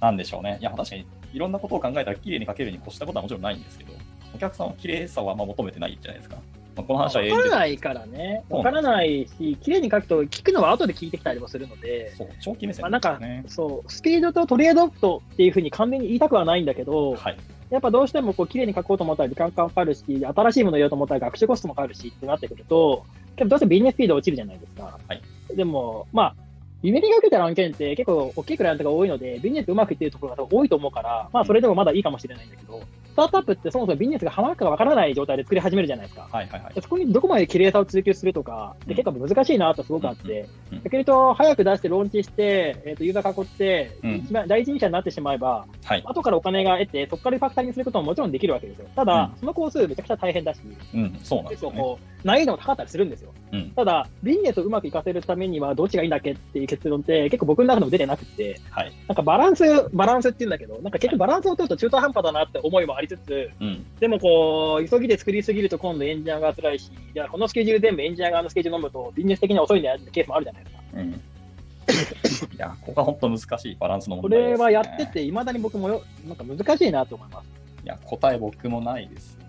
S1: なんでしょうね。いや、確かにいろんなことを考えたら綺麗に書けるに越したことはもちろんないんですけど、お客さんは綺麗さはあんま求めてないじゃないですか。まあ、この
S2: う。
S1: 話は永
S2: わ
S1: 遠
S2: か
S1: で
S2: らないからね。
S1: そう
S2: わからないし、綺麗に書くと、聞くのは後で聞いてきたりもするので、
S1: そう、長期目線
S2: まあ、
S1: で
S2: なん
S1: すよ
S2: か
S1: ね、。
S2: そう、スピードとトレードオフとっていうふうに完全に言いたくはないんだけど、
S1: はい。
S2: やっぱどうしてもこう綺麗に書こうと思ったら時間かかるし、新しいものを入れようと思ったら学習コストもかかるしってなってくると、でもどうしてもビジネススピード落ちるじゃないですか。
S1: はい
S2: でも、まあ、夢にかけてる案件って結構大きいクライアントが多いので、ビジネスうまくいってるところが多いと思うから、まあそれでもまだいいかもしれないんだけど、スタートアップってそもそもビジネスがハマるかわからない状態で作り始めるじゃないですか。
S1: はいはいはい。
S2: でそこにどこまで綺麗さを追求するとか、
S1: うん
S2: で結構難しいなとすごくあって
S1: うんうん、
S2: 逆に言うと、早く出してローンチして、えっとユーザー囲って、
S1: うん
S2: 一番第一人者になってしまえば、
S1: はい。
S2: 後からお金が得て、そこからファクタリングすることももちろんできるわけですよ。ただ、
S1: う
S2: その工数めちゃくちゃ大変だし、
S1: うん、そうなんで
S2: 結
S1: すよ
S2: 構
S1: ね。
S2: こう、難易度も高かったりするんですよ。
S1: うん
S2: ただ、ビジネスをうまくいかせるためには、どっちがいいんだっけっていう結論って、結構僕の中でも出てなくて、
S1: はい。
S2: なんかバランス、バランスって言うんだけど、なんか結局バランスを取ると中途半端だなって思いもありつつ、
S1: うん、
S2: でもこう、急ぎで作りすぎると今度エンジニアが辛いし、じゃあこのスケジュール全部エンジニア側のスケジュール飲むとビジネス的には遅いねってケースもあるじゃないですか。
S1: うん。いや、ここが本当難しいバランスの
S2: こ
S1: 問題です、ね。
S2: れはやってて、いまだに僕もよなんか難しいなと思います。
S1: いや、答え僕もないですね。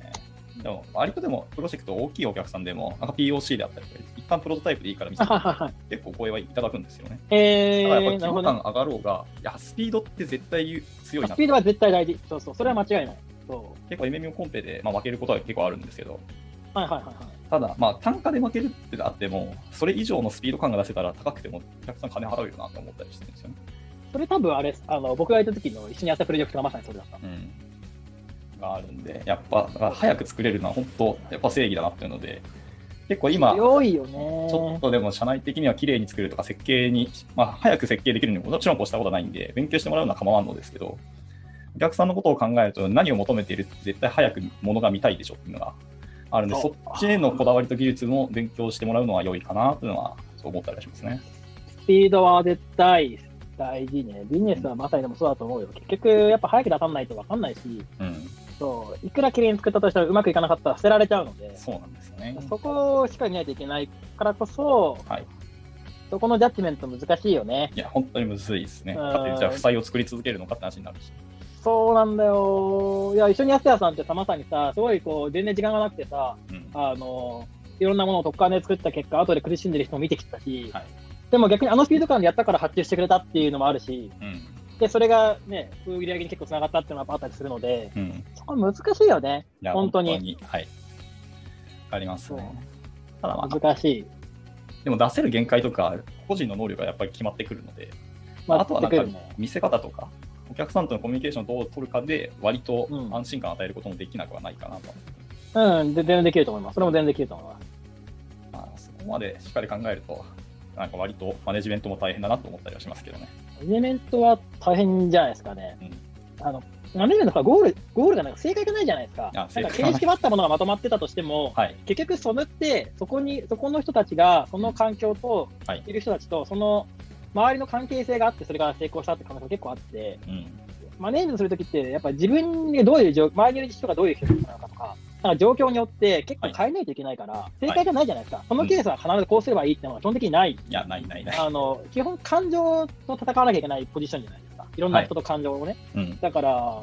S1: でも、割とでも、プロジェクト大きいお客さんでも、なんか POC であったりとか、一般プロトタイプでいいから見せ
S2: あ
S1: て
S2: ははは
S1: 結構お声はいただくんですよね。
S2: え
S1: だからやっぱり
S2: ー、なる
S1: 規模
S2: ほ
S1: 感
S2: ど。
S1: 上がろうが、いや、スピードって絶対強いな
S2: スピードは絶対大事。そうそう、それは間違いない。そう。
S1: 結構 MMO コンペで、まあ、負けることは結構あるんですけど、
S2: はいはいはいはい。
S1: ただ、まあ、単価で負けるってあっても、それ以上のスピード感が出せたら高くても、お客さん金払うよなと思ったりしてるんですよね。
S2: それ多分あれですあの、僕がいた時の一緒にやったプロジェクトがまさにそれだった。
S1: うん、があるんで、やっぱ、だから早く作れるのは本当、やっぱ正義だなっていうので、結構今、ち
S2: 強いよ
S1: ょっ
S2: ね。
S1: とでも社内的には綺麗に作るとか、設計に、まあ、早く設計できるにも、もちろんこうしたことはないんで、勉強してもらうのは構わんのですけど、お客さんのことを考えると、何を求めているって絶対早くものが見たいでしょっていうのがあるんで、
S2: そ
S1: そうっちへのこだわりと技術も勉強してもらうのは良いかなというのは、そう思ったりはしますね。
S2: スピードは絶対大事ね。ビジネスはまさにでもそうだと思うよ。結局、やっぱ早く出さないと分かんないし、
S1: うん、
S2: そう、いくら綺麗に作ったとしてもうまくいかなかったら捨てられちゃうので、
S1: そうなんですよね。
S2: そこをしっかり見ないといけないからこそ、
S1: はい、
S2: そこのジャッジメント難しいよね。
S1: いや、本当にむずいですね。
S2: うん
S1: だって、じゃあ、負債を作り続けるのかって話になるし。
S2: そうなんだよ。いや、一緒にやってたさんってさ、まさにさ、すごいこう、全然時間がなくてさ、
S1: うん
S2: あの、いろんなものを特化で作った結果、後で苦しんでる人も見てきたし、
S1: はい
S2: でも逆にあのスピード感でやったから発注してくれたっていうのもあるし、
S1: うん
S2: で、それがね、売り上げに結構つながったっていうのもあったりするので、
S1: うん、い
S2: そこは難しいよね。
S1: や
S2: 本当に
S1: はい。ありますね。ただ、まあ、
S2: 難しい。
S1: でも出せる限界とか、個人の能力がやっぱり決まってくるので、
S2: まあ、
S1: あとは
S2: 出
S1: なん
S2: て
S1: か
S2: くるね。
S1: 見せ方とか、お客さんとのコミュニケーションをどう取るかで、割と
S2: うん
S1: 安心感を与えることもできなくはないかなと。
S2: うん、で全然できると思います。それも全然できると思います。
S1: まあ、そこまでしっかり考えると、なんか割とマネジメントも大変だなと思ったりはしますけどね。
S2: マネジメントは大変じゃないですかね。
S1: うん
S2: あのマネジメントとかゴール、ゴールがなんか正解がないじゃないですか。
S1: あ
S2: なんか
S1: 正解がない
S2: 形式ばったものがまとまってたとしても、
S1: はい。
S2: 結局、それって、そこに、そこの人たちが、その環境と
S1: はい、
S2: いる人たちと、その周りの関係性があって、それが成功したって可能性が結構あって、
S1: うん。
S2: マネージするときって、やっぱり自分がどういう状、周りの人がどういう人なのかとか、なんか状況によって結構変えないといけないから、正解がないじゃないですか。そのケースは必ずこうすればいいってのは基本的にない。
S1: いや、ないないない。
S2: あの、基本感情と戦わなきゃいけないポジションじゃないですか。いろんな人と感情をね。
S1: うん。
S2: だから、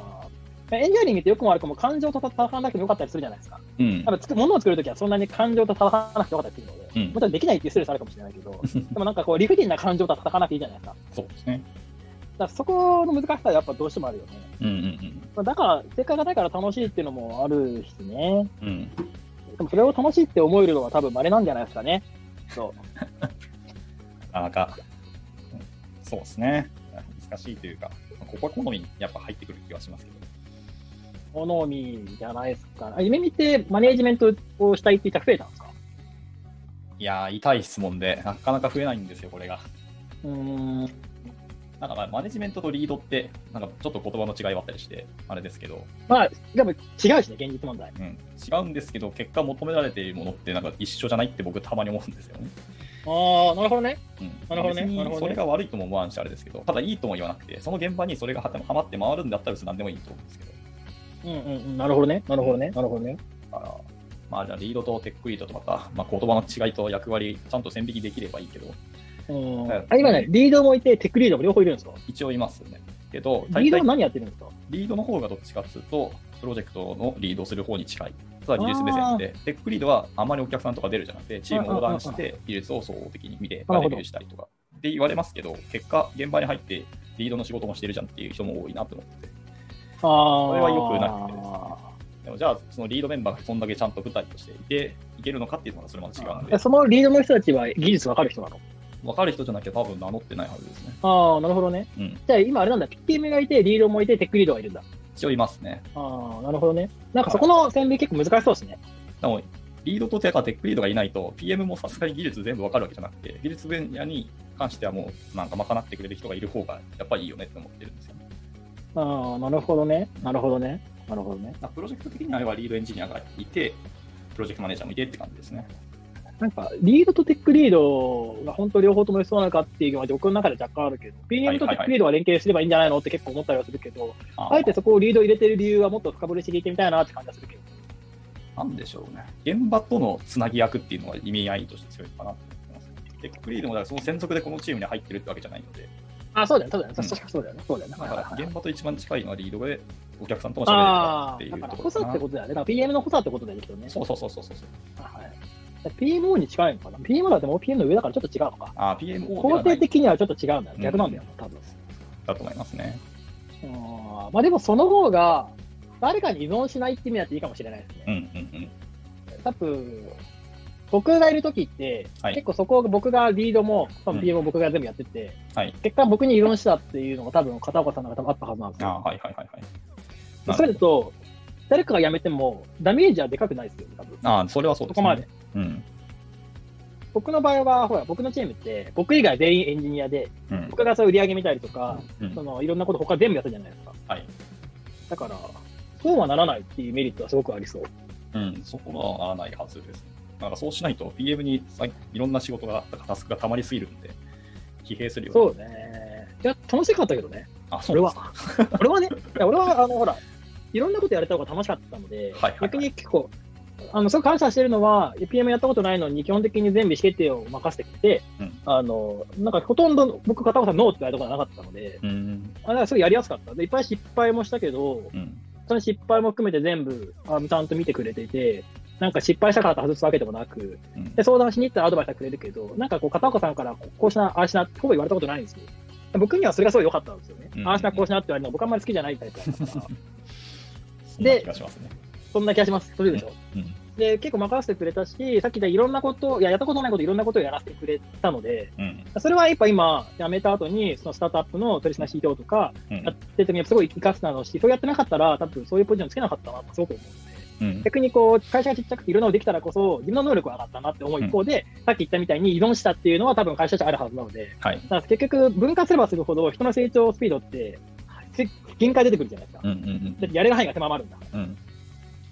S2: エンジニアリングってよくも悪くも感情と戦わなくてもよかったりするじゃないですか。
S1: うん
S2: や。っぱ作物を作るときはそんなに感情と戦わなくてよかったりするので、
S1: うん
S2: もちろんできないっていうストレスあるかもしれないけど、でもなんかこう理不尽な感情とは戦わなくていいじゃないですか。
S1: そうですね。
S2: だからそこの難しさはやっぱどうしてもあるよね。
S1: うんうん
S2: まあだから、正解がないから楽しいっていうのもあるしね。
S1: うん。うん。
S2: でもそれを楽しいって思えるのは多分稀なんじゃないですかね。そう。
S1: なかなか、うんそうですね、難しいというか、ここは好みにやっぱ入ってくる気がしますけど、
S2: 好みじゃないですか。あ夢見てマネージメントをしたいって言ったら増えたんですか
S1: いやー、痛い質問で、なかなか増えないんですよ、これが。
S2: うーん。
S1: なんかまあマネジメントとリードって、なんかちょっと言葉の違いはあったりして、あれですけど、
S2: まあ、でも違うしね、現実問題。
S1: うん、違うんですけど、結果求められているものって、なんか一緒じゃないって僕、たまに思うんですよね。
S2: ああ、なるほどね。
S1: うん
S2: なるほどね
S1: 別に
S2: なるほどね
S1: それが悪いとも思わんし、あれですけど、ただいいとも言わなくて、その現場にそれがはまって回るんだったら、何でもいいと思うんですけど。
S2: うんうんうん。なるほどね。なるほどね。なるほどね。
S1: だから、まあ、じゃあリードとテックリードとまた、まあ、言葉の違いと役割、ちゃんと線引きできればいいけど、
S2: うん
S1: はい
S2: あ今ね、リードもいて、テックリードも両方いるんですか
S1: 一応いますよね。けど、大体
S2: リードは何やってるんですか
S1: リードの方がどっちかっていうと、プロジェクトのリードする方に近い。ただ技術目線で、テックリードはあまりお客さんとか出るじゃなくて、チームを横断して、技術を総合的に見て、
S2: なる
S1: レ
S2: ほど
S1: ビューしたりとかって言われますけど、結果、現場に入って、リードの仕事もしてるじゃんっていう人も多いなと思ってて、
S2: ああ。
S1: それは良くなくてですねでもじゃあ、そのリードメンバーがそんだけちゃんと舞台としていて、いけるのかっていうのはそれまた違うので
S2: え、そのリードの人たちは技術わかる人なの
S1: 分かる人じゃなきゃ多分名乗ってないはずですね。
S2: ああ、なるほどね。
S1: うん。
S2: じゃあ今あれなんだ、PTM がいて、リードもいて、テックリードがいるんだ。
S1: 一応いますね。
S2: ああ、なるほどね。なんかそこの線引き結構難しそうですね。
S1: でも、リードとテかテックリードがいないと、PM もさすがに技術全部わかるわけじゃなくて、技術分野に関してはもう、なんか賄ってくれる人がいる方が、やっぱりいいよねって思ってるんですよね。
S2: ああ、なるほどね。なるほどね。なるほど
S1: だ
S2: ね。
S1: からプロジェクト的にあればリードエンジニアがいて、プロジェクトマネージャーもいてって感じですね。
S2: なんか、リードとテックリードが本当両方とも良そうなのかっていうのは、僕の中で若干あるけど、PM とテックリードが連携すればいいんじゃないのって結構思ったりはするけど、あえてそこをリード入れてる理由はもっと深掘りして聞いてみたいなって感じがするけど。
S1: なんでしょうね。現場とのつなぎ役っていうのは意味合いとして強いかなと思います。テックリードもだからその専属でこのチームに入ってるってわけじゃないので。
S2: あ、そうだよね、そうだよね、確かそうだよね、そうだよね。
S1: 現場と一番近いのはリードで、お客さんとも喋れるかっていう
S2: ところか。補佐ってことだよね、だから PM の補佐ってことだよね、きっとね。
S1: そうそうそうそうそう。
S2: はい PMO に近いのかな ?PMO だってもう PM の上だからちょっと違うのか。
S1: あ、PMO
S2: 肯定的にはちょっと違うんだよ。逆なんだよ、多分。
S1: だと思いますね。
S2: まあでもその方が、誰かに依存しないって意味だっていいかもしれないです
S1: ね。うんうん
S2: うん。多分、僕がいるときって、はい、結構そこを僕がリードも、多分 PM も僕が全部やってて、
S1: うんはい、
S2: 結果僕に依存したっていうのが多分片岡さんの方もあったはずなんですよ。。
S1: あはいはいはいはい
S2: それだと、誰かが辞めてもダメージはでかくないですよね、多分。
S1: あそれはそうです
S2: ね。そこまで。
S1: うん、
S2: 僕の場合は、ほら、僕のチームって、僕以外全員エンジニアで、うん、僕がそう売り上げ見たりとか、うん、そのいろんなこと他全部やったじゃないですか。
S1: はい。
S2: だから、そうはならないっていうメリットはすごくありそう。
S1: うん、そこはならないはずです、ね。だからそうしないと PM にいろんな仕事が、タスクがたまりすぎるんで、疲弊するよ
S2: そうね。いや、楽しかったけどね。
S1: あ、
S2: そう ですか俺は。俺はね、いや俺は、あの、ほら、いろんなことやれた方が楽しかったので、はいはいはい、逆に結構、あのすごく感謝してるのは、PM やったことないのに、基本的に全部意思決定を任せてくれて、うん、あのなんかほとんど僕、片岡さん、ノーって言われたことはなかったので、
S1: うん、
S2: あれはすごいやりやすかったで、いっぱい失敗もしたけど、
S1: うん、
S2: その失敗も含めて全部あのちゃんと見てくれていて、なんか失敗したからと外すわけでもなく、で相談しに行ったらアドバイスはくれるけど、なんかこう片岡さんからこうしな、ああしなほぼ言われたことないんですよ。僕にはそれがすごい良かったんですよね。ああしな、こうしなって言われるの、僕あんまり好きじゃないタイプだから。
S1: で、
S2: そんな気がします。そういうでしょ。
S1: うん、
S2: で、結構任せてくれたし、さっき言ったいろんなこと、いや、やったことないこと、いろんなことをやらせてくれたので、
S1: うん、
S2: それはやっぱ今、辞めた後に、そのスタートアップの取締役業とか、やってても、すごい生かすなのし、うん、そうやってなかったら、多分そういうポジションつけなかったなってすごく思うので、逆にこう、会社がちっちゃくていろんなのできたらこそ、自分の能力が上がったなって思う一方で、さっき言ったみたいに依存したっていうのは多分会社じゃあるはずなので、
S1: はい、
S2: だから結局、分化すればするほど、人の成長スピードって、限界出てくるじゃないですか。
S1: うんうんうん、。
S2: だってやれる範囲が狭まるんだから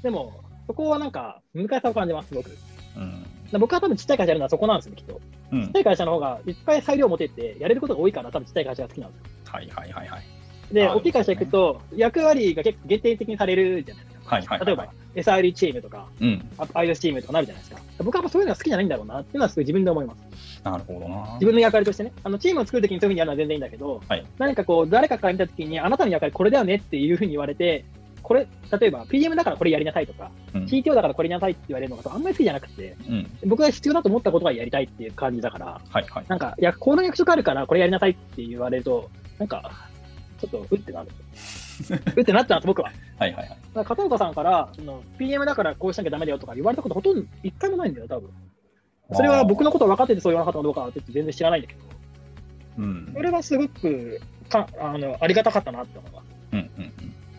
S2: でも、そこはなんか、難しさを感じます、すごく。
S1: うん、
S2: 僕は多分ちっちゃい会社やるのはそこなんですよ、きっと。
S1: うん、
S2: ちっちゃい会社の方がいっぱい裁量持てって、やれることが多いから、多分ちっちゃい会社が好きなんですよ。
S1: はいはいはいはい。
S2: で、大きい会社行くと、役割が結構限定的にされるじゃないですか。
S1: はいはい、はい、
S2: 例えば、SRE チームとか、
S1: うん、
S2: IOS チームとかなるじゃないですか。僕はそういうのは好きじゃないんだろうなっていうのは、すごい自分で思います。
S1: なるほどな。
S2: 自分の役割としてね、あのチームを作るときにそういうふうにやるのは全然いいんだけど、
S1: はい、
S2: 何かこう、誰かから見たときに、あなたの役割これだよねっていうふうに言われて、これ、例えば PM だからこれやりなさいとか、うん、CTO だからこれやりなさいって言われるのがあんまり好きじゃなくて、
S1: うん、
S2: 僕が必要だと思ったことがやりたいっていう感じだから、
S1: はいはい、
S2: なんか、いや、この役職あるからこれやりなさいって言われると、なんか、ちょっとうってな る。うってなったんです僕は。
S1: はいはいはい。
S2: だ片岡さんからその、PM だからこうしなきゃだめだよとか言われたことほとんど一回もないんだよ、多分。それは僕のこと分かっててそう言わなかったのどうかって全然知らないんだけど、
S1: うん、
S2: それはすごくかあのありがたかったなって思います。
S1: うんうんうん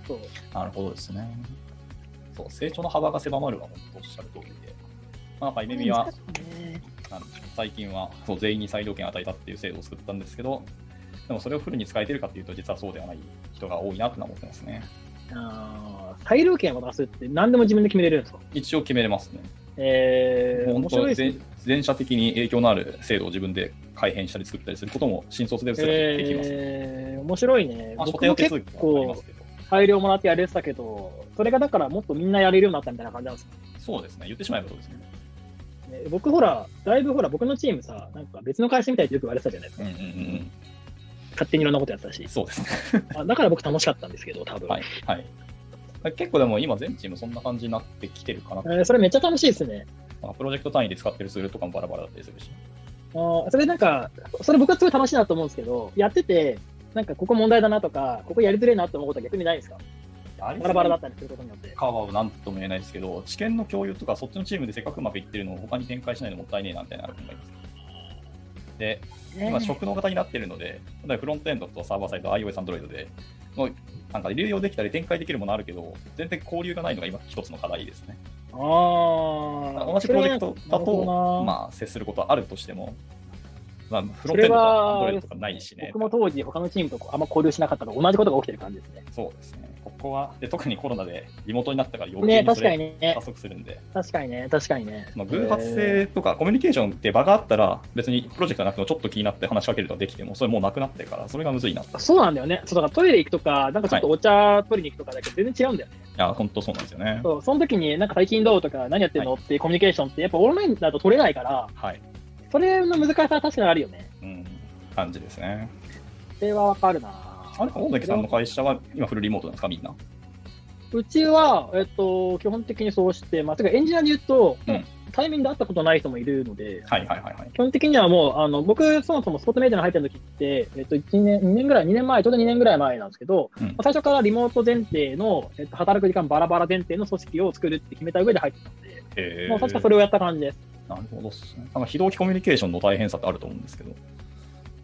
S2: そう
S1: なるほどですね。そう成長の幅が狭まるは本当おっしゃる通りで、まあ、なんかイメミは、
S2: ね、
S1: あの最近はそう全員に裁量権を与えたっていう制度を作ったんですけど、でもそれをフルに使えてるかっていうと、実はそうではない人が多いなって思ってますね。
S2: あ裁量権を出すって、何でも自分で決めれるんですか
S1: 一応決めれますね。
S2: えー、
S1: 面白いです、ね、全社的に影響のある制度を自分で改変したり作ったりすることも新卒ですらできます、ね、
S2: えー、面白いね。
S1: まあ、僕も結構
S2: 大量もらってやれてたけど、それがだからもっとみんなやれるようになったみたいな感じなんですか、ね、
S1: そうですね、言ってしまえばそうですね。
S2: ね僕ほら、だいぶほら、僕のチームさ、なんか別の会社みたいってよく言われてたじゃないですか。
S1: うんうんうん、
S2: 勝手にいろんなことやってたし。
S1: そうですね
S2: だから僕楽しかったんですけど、多分。
S1: はい。はい、結構でも今全チームそんな感じになってきてるかな、
S2: えー、それめっちゃ楽しいですね。
S1: まあ、プロジェクト単位で使ってるツールとかもバラバラだったりするし。
S2: あそれなんか、それ僕はすごい楽しいなと思うんですけど、やってて、なんかここ問題だなとか、ここやりづらいなと思うことは逆にないですかバラバラだったりすることによって。
S1: カはなんとも言えないですけど、知見の共有とか、そっちのチームでせっかくうまくいってるのを他に展開しないのもったいねえなみたいなのがあります。で、今、職能型になってるので、例えばフロントエンドとサーバーサイド、iOS、Android で、のなんか流用できたり展開できるものあるけど、全然交流がないのが今、一つの課題ですね。
S2: あ
S1: 同じプロジェクトだと、まあ、接することはあるとしても、まあ、フロントエンドとかアンドロイドとかないしね。
S2: 僕も当時、他のチームとあんま交流しなかったの同じことが起きてる感じですね。
S1: そうですね。ここはで特にコロナでリモートになったから余計
S2: ね、
S1: に
S2: 確
S1: そ
S2: か
S1: れ
S2: にね
S1: 加。速するんで、
S2: 確かにね、確かにね。
S1: まあ、偶発性とかコミュニケーションって場があったら、別にプロジェクトなくてもちょっと気になって話しかけるとかできても、それもうなくなってるから、それがむずいなと。い
S2: えーそうなんだよね。そうだからトイレ行くとか、なんかちょっとお茶取りに行くとかだけど全然違うんだよね。
S1: や、本当そうなんですよね。
S2: そうその時に、なんか最近どうとか、何やってんのっていうコミュニケーションって、やっぱオンラインだと取れないから、
S1: はい。
S2: それの難しさは確かにあるよね。
S1: うん、感じですね。
S2: それはわかるな。
S1: あれ、大関さんの会社は今フルリモートなんですか、みんな。
S2: うちは、えっと、基本的にそうしてます。てかエンジニアで言うと、
S1: うん
S2: タイミングで会ったことない人もいるので、
S1: はいはいはいはい。
S2: 基本的にはもう、あの僕、そもそもスポーツメディアに入った時って、えっと、1年、2年ぐらい、2年前、ちょうど2年ぐらい前なんですけど、
S1: うん
S2: 最初からリモート前提の、えっと、働く時間バラバラ前提の組織を作るって決めた上で入ってたんで、
S1: へー
S2: もう確かそれをやった感じです。
S1: なるほどっすね。なんか非同期コミュニケーションの大変さってあると思うんですけど、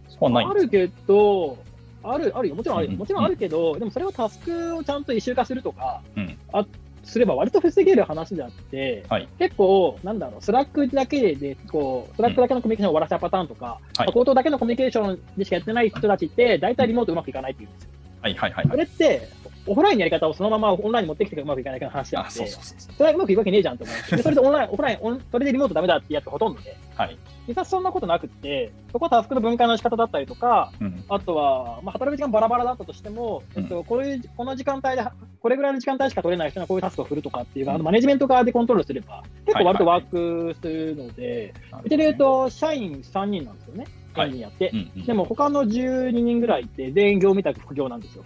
S1: そこはないん
S2: あ
S1: で
S2: る
S1: すか
S2: けど、ある、あるよ。もちろんあるよ。
S1: うん
S2: もちろんあるけど、でもそれはタスクをちゃんと一周化するとか、
S1: うん
S2: あすれば割と防げる話であって、
S1: はい
S2: 結構、なんだろう、スラックだけでで、こう、スラックだけのコミュニケーションを終わらせたパターンとか、
S1: はい
S2: 口頭だけのコミュニケーションでしかやってない人たちって、大体リモートうまくいかないっていうんですよ。
S1: はいはいはい
S2: そ
S1: はい。
S2: れって、オフラインのやり方をそのままオンラインに持ってきてうまくいかないから話であ
S1: あ、
S2: って、
S1: そうそうそうそう。
S2: それはうまくいくわけねえじゃんと 思って、でそれでオンライン、オフラインオン、それでリモートダメだってやつがほとんどで、
S1: はい。
S2: 実はそんなことなくって、そこはタスクの分解の仕方だったりとか、
S1: うん。
S2: あとは、まあ、働く時間バラバラだったとしても、
S1: うん
S2: えっと、こういうこの時間帯で、これぐらいの時間帯しか取れない人がこういうタスクを振るとかっていう、あのマネジメント側でコントロールすれば、結構割とワークするので、うちで言うと、社員3人なんですよね、
S1: はい
S2: 3人やって
S1: う。んうん、
S2: でも、他の12人ぐらいって、全員業務委託副業なんですよ。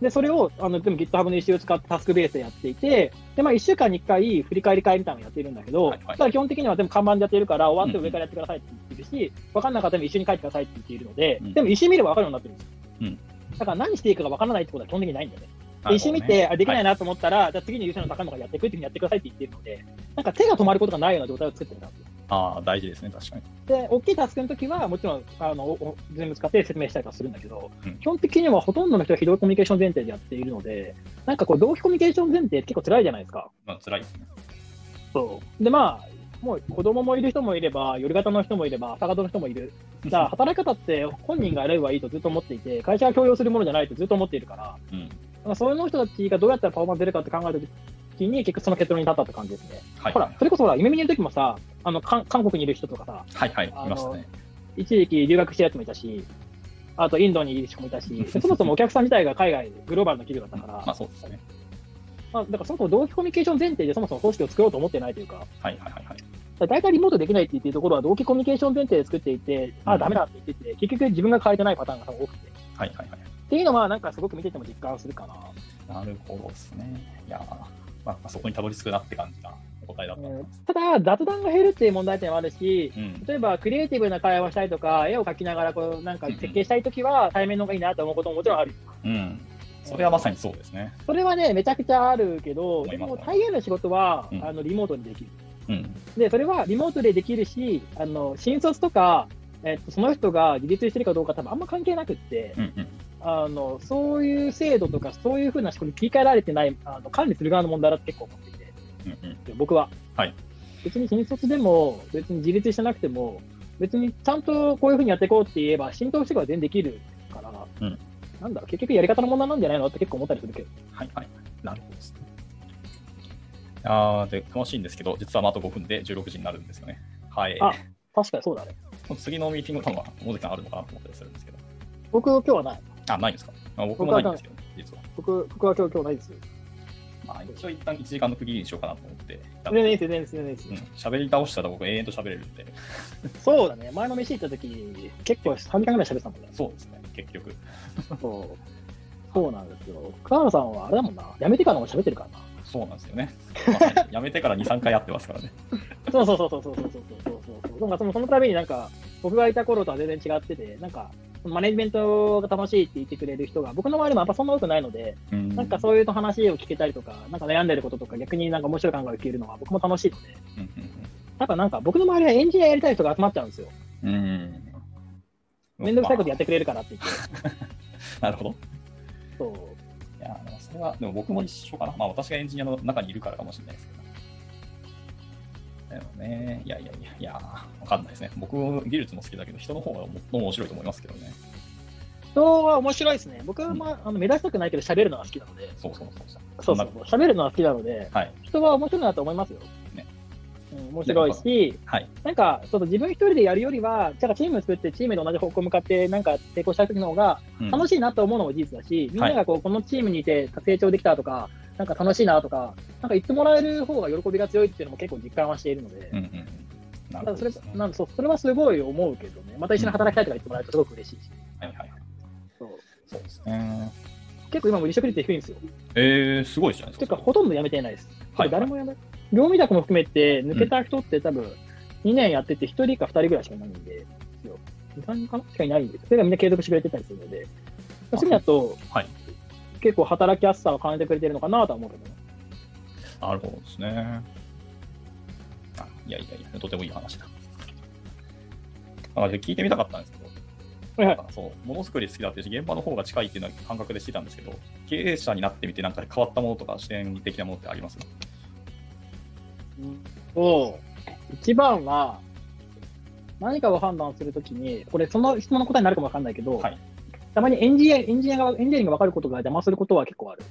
S2: で、それを、あの、でも GitHub の一周を使ってタスクベースでやっていて、で、まあ、1週間に1回振り返り会みたいなのやってるんだけど、
S1: はいはい
S2: ただ基本的には全部看板でやってるから、終わって上からやってくださいって言ってるし、分かんなかったら一緒に書いてくださいって言っているので、
S1: うん
S2: でも一周見れば分かるようになってるんですよ。
S1: うん
S2: だから何していいかが分からないってことは基本的にないんだよね。
S1: な
S2: で
S1: るほどね
S2: 一周見て、あできないなと思ったら、じゃあ次に優先の高いのからやっていくっていうふうにやってくださいって言ってるので、なんか手が止まることがないような状態を作ってるなっていう。
S1: ああ、大事ですね、確かに。
S2: で、大きいタスクの時は、もちろん、あの、おお全部使って説明したりとかするんだけど、
S1: うん
S2: 基本的にはほとんどの人は非同期コミュニケーション前提でやっているので、なんかこう、同期コミュニケーション前提って結構辛いじゃないですか。
S1: まあ、辛いですね。
S2: そう。で、まあ、もう子供もいる人もいれば、夜型の人もいれば、朝型の人もいる。だから働き方って本人が選べばいいとずっと思っていて、会社が強要するものじゃないとずっと思っているから、
S1: うん。
S2: まあ、そういう人たちがどうやったらパフォーマンス出るかって考えた時に、結局その結論に立ったって感じですね。
S1: はい。
S2: ほら、それこそほら、夢見にいる時もさ、あの、韓韓国にいる人とかさ、
S1: はいはい、い
S2: あの
S1: ましたね。
S2: 一時期留学してるやつもいたし、あとインドにいる人もいたし、そもそもお客さん自体が海外、グローバルな企業だったか ら、
S1: まあ、そうですね。
S2: まあ、だからそもそも同期コミュニケーション前提でそもそも組織を作ろうと思ってないというか、だか
S1: はいはいはいはい。
S2: ら大体リモートできないって言ってるところは同期コミュニケーション前提で作っていて、
S1: う
S2: あ
S1: ん
S2: ダメだって言ってて、結局自分が変えてないパターンが多くて。っ
S1: はいはいはい。
S2: ていうのは、なんかすごく見てても実感するかな。
S1: なるほどですね。いやー、まあ、そこにたどり着くなって感じがお答えだったん
S2: うん
S1: です。
S2: ただ、雑談が減るっていう問題点もあるし、
S1: うん。
S2: 例えばクリエイティブな会話したいとか、絵を描きながらこうなんか設計したいときは、対面の方がいいなと思うことももちろんある。
S1: うん。それはまさにそうですね。
S2: それはね、めちゃくちゃあるけど、
S1: 思い
S2: で
S1: ます
S2: も大概の仕事は、
S1: うん
S2: あのリモートにできる。
S1: うん。
S2: で、それはリモートでできるし、あの新卒とか、えっと、その人が自立してるかどうか、多分あんま関係なくって、
S1: うんうん。
S2: あのそういう制度とか、そういうふうな仕組み、切り替えられてないあの、管理する側の問題だって結構思っていて、
S1: うんうん。
S2: 僕は。
S1: はい
S2: 別に新卒でも、別に自立してなくても、別にちゃんとこういうふうにやっていこうって言えば、浸透してから全然できるから、
S1: うん
S2: なんだろう、結局やり方の問題なんじゃないのって結構思ったりするけど。
S1: はいはい。なるほどですね。あーで楽しいんですけど、実はまああと5分で16時になるんですよね。はい。
S2: あ確かにそうだね。
S1: 次のミーティング、多分大関さんあるのかなと思ったりするんですけど。
S2: 僕、今日はない。
S1: あ、ないんですか、まあ、僕もないんですけど、実は。
S2: 僕、僕は今日、今日ないですよ。
S1: まあ、一応一旦1時間の区切りにしようかなと思っていた
S2: 全
S1: んで
S2: 然いいです、全然いいです、全然いいです。
S1: うん、喋り倒したら僕永遠と喋れるんで、
S2: そうだね、前の飯行った時、結構3時間ぐらい喋ってたもんね。
S1: そうですね、結局。
S2: そう。そうなんですよ。桑野さんはあれだもんな、辞めてからも喋ってるからな。
S1: そうなんですよね。まあやめてから2、3回やってますからね。
S2: そうそうそうそうそうそうそうそうそう。なんかそのそのためになんか、僕がいた頃とは全然違ってて、なんか、マネジメントが楽しいって言ってくれる人が、僕の周りもやっぱそんな多くないので、
S1: うん
S2: なんかそういう話を聞けたりとか、なんか悩んでることとか、逆になんか面白い考えを聞けるのは僕も楽しいので、
S1: うん
S2: ただなんか僕の周りはエンジニアやりたい人が集まっちゃうんですよ。
S1: うんうん。うん
S2: めんどくさいことやってくれるからって言って。
S1: まあなるほど。
S2: そう。
S1: いや、でもそれは、でも僕も一緒かな。まあ私がエンジニアの中にいるからかもしれないですけど。でもね、いやいやいや、いや、わかんないですね。僕、技術も好きだけど、人の方がもっと面白いと思いますけどね。
S2: 人は面白いですね。僕は、まあ、あの目立ちたくないけど喋るのは好きなので、
S1: そうそうそうそう。
S2: そうそうそう、喋るのは好きなので、
S1: はい。
S2: 人は面白いなと思いますよ。
S1: ね
S2: うん、面白いし、
S1: はい。
S2: なんか、ちょっと自分一人でやるよりは、じゃあチーム作って、チームで同じ方向向かって、なんか成功した時の方が、
S1: うん
S2: 楽しいなと思うのも事実だし、みんながこうこのチームにいて成長できたとか、なんか楽しいなとか、なんか言ってもらえる方が喜びが強いっていうのも結構実感はしているので、
S1: うんうんうん。な
S2: た
S1: るほ
S2: だそ
S1: ど
S2: れ
S1: ですね。
S2: なんそうそれはすごい思うけどね、また一緒に働きたいとか言ってもらえるとすごく嬉しいし、
S1: はいはい。
S2: そう
S1: そうですね。
S2: 結構今も離職率低いんですよ。
S1: えー、すごいじゃない
S2: て
S1: で
S2: いう
S1: す
S2: か、
S1: か。
S2: ほとんど辞めていないです。
S1: はい
S2: 誰も辞め、業務委託も含めて、抜けた人って多分、2年やってて、1人か2人ぐらいしかいないんで、2、3人かなしかいないんで、それがみんな継続してくれてたりするので、
S1: あ
S2: そういう意味だと、
S1: はい
S2: 結構働きやすさを感じてくれてるのかなとは思うけどね。
S1: なるほどですね。あいやいやいや、とてもいい話だ。なんか聞いてみたかったんですけど、
S2: はいは
S1: なんかそうものづくり好きだってし現場の方が近いっていうのは感覚でしてたんですけど、経営者になってみて、なんか変わったものとか、視点的なものってあります
S2: い。を、一番は、何かを判断するときに、これ、その質問の答えになるかもわかんないけど、
S1: はい
S2: たまにエンジニアエンジニアがエンジニアリングが分かることが邪魔することは結構ある。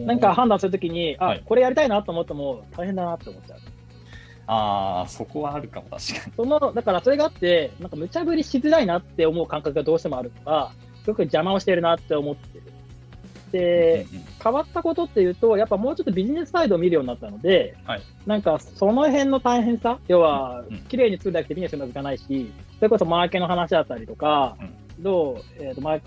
S1: な
S2: 何か判断するときに、あ、
S1: はい
S2: これやりたいなと思っても大変だなって思っちゃう。
S1: ああ、そこはあるかも、確かに。
S2: その、だからそれがあって、なんか無茶ぶりしづらいなって思う感覚がどうしてもあるから、すごく邪魔をしてるなって思ってる。で、
S1: うんうん
S2: 変わったことっていうと、やっぱもうちょっとビジネスサイドを見るようになったので、
S1: はい
S2: なんかその辺の大変さ、要は
S1: うん、
S2: 綺麗に作るだけでビジネスうまくいかないし、それこそマーケの話だったりとか、どう、えっ、と、マー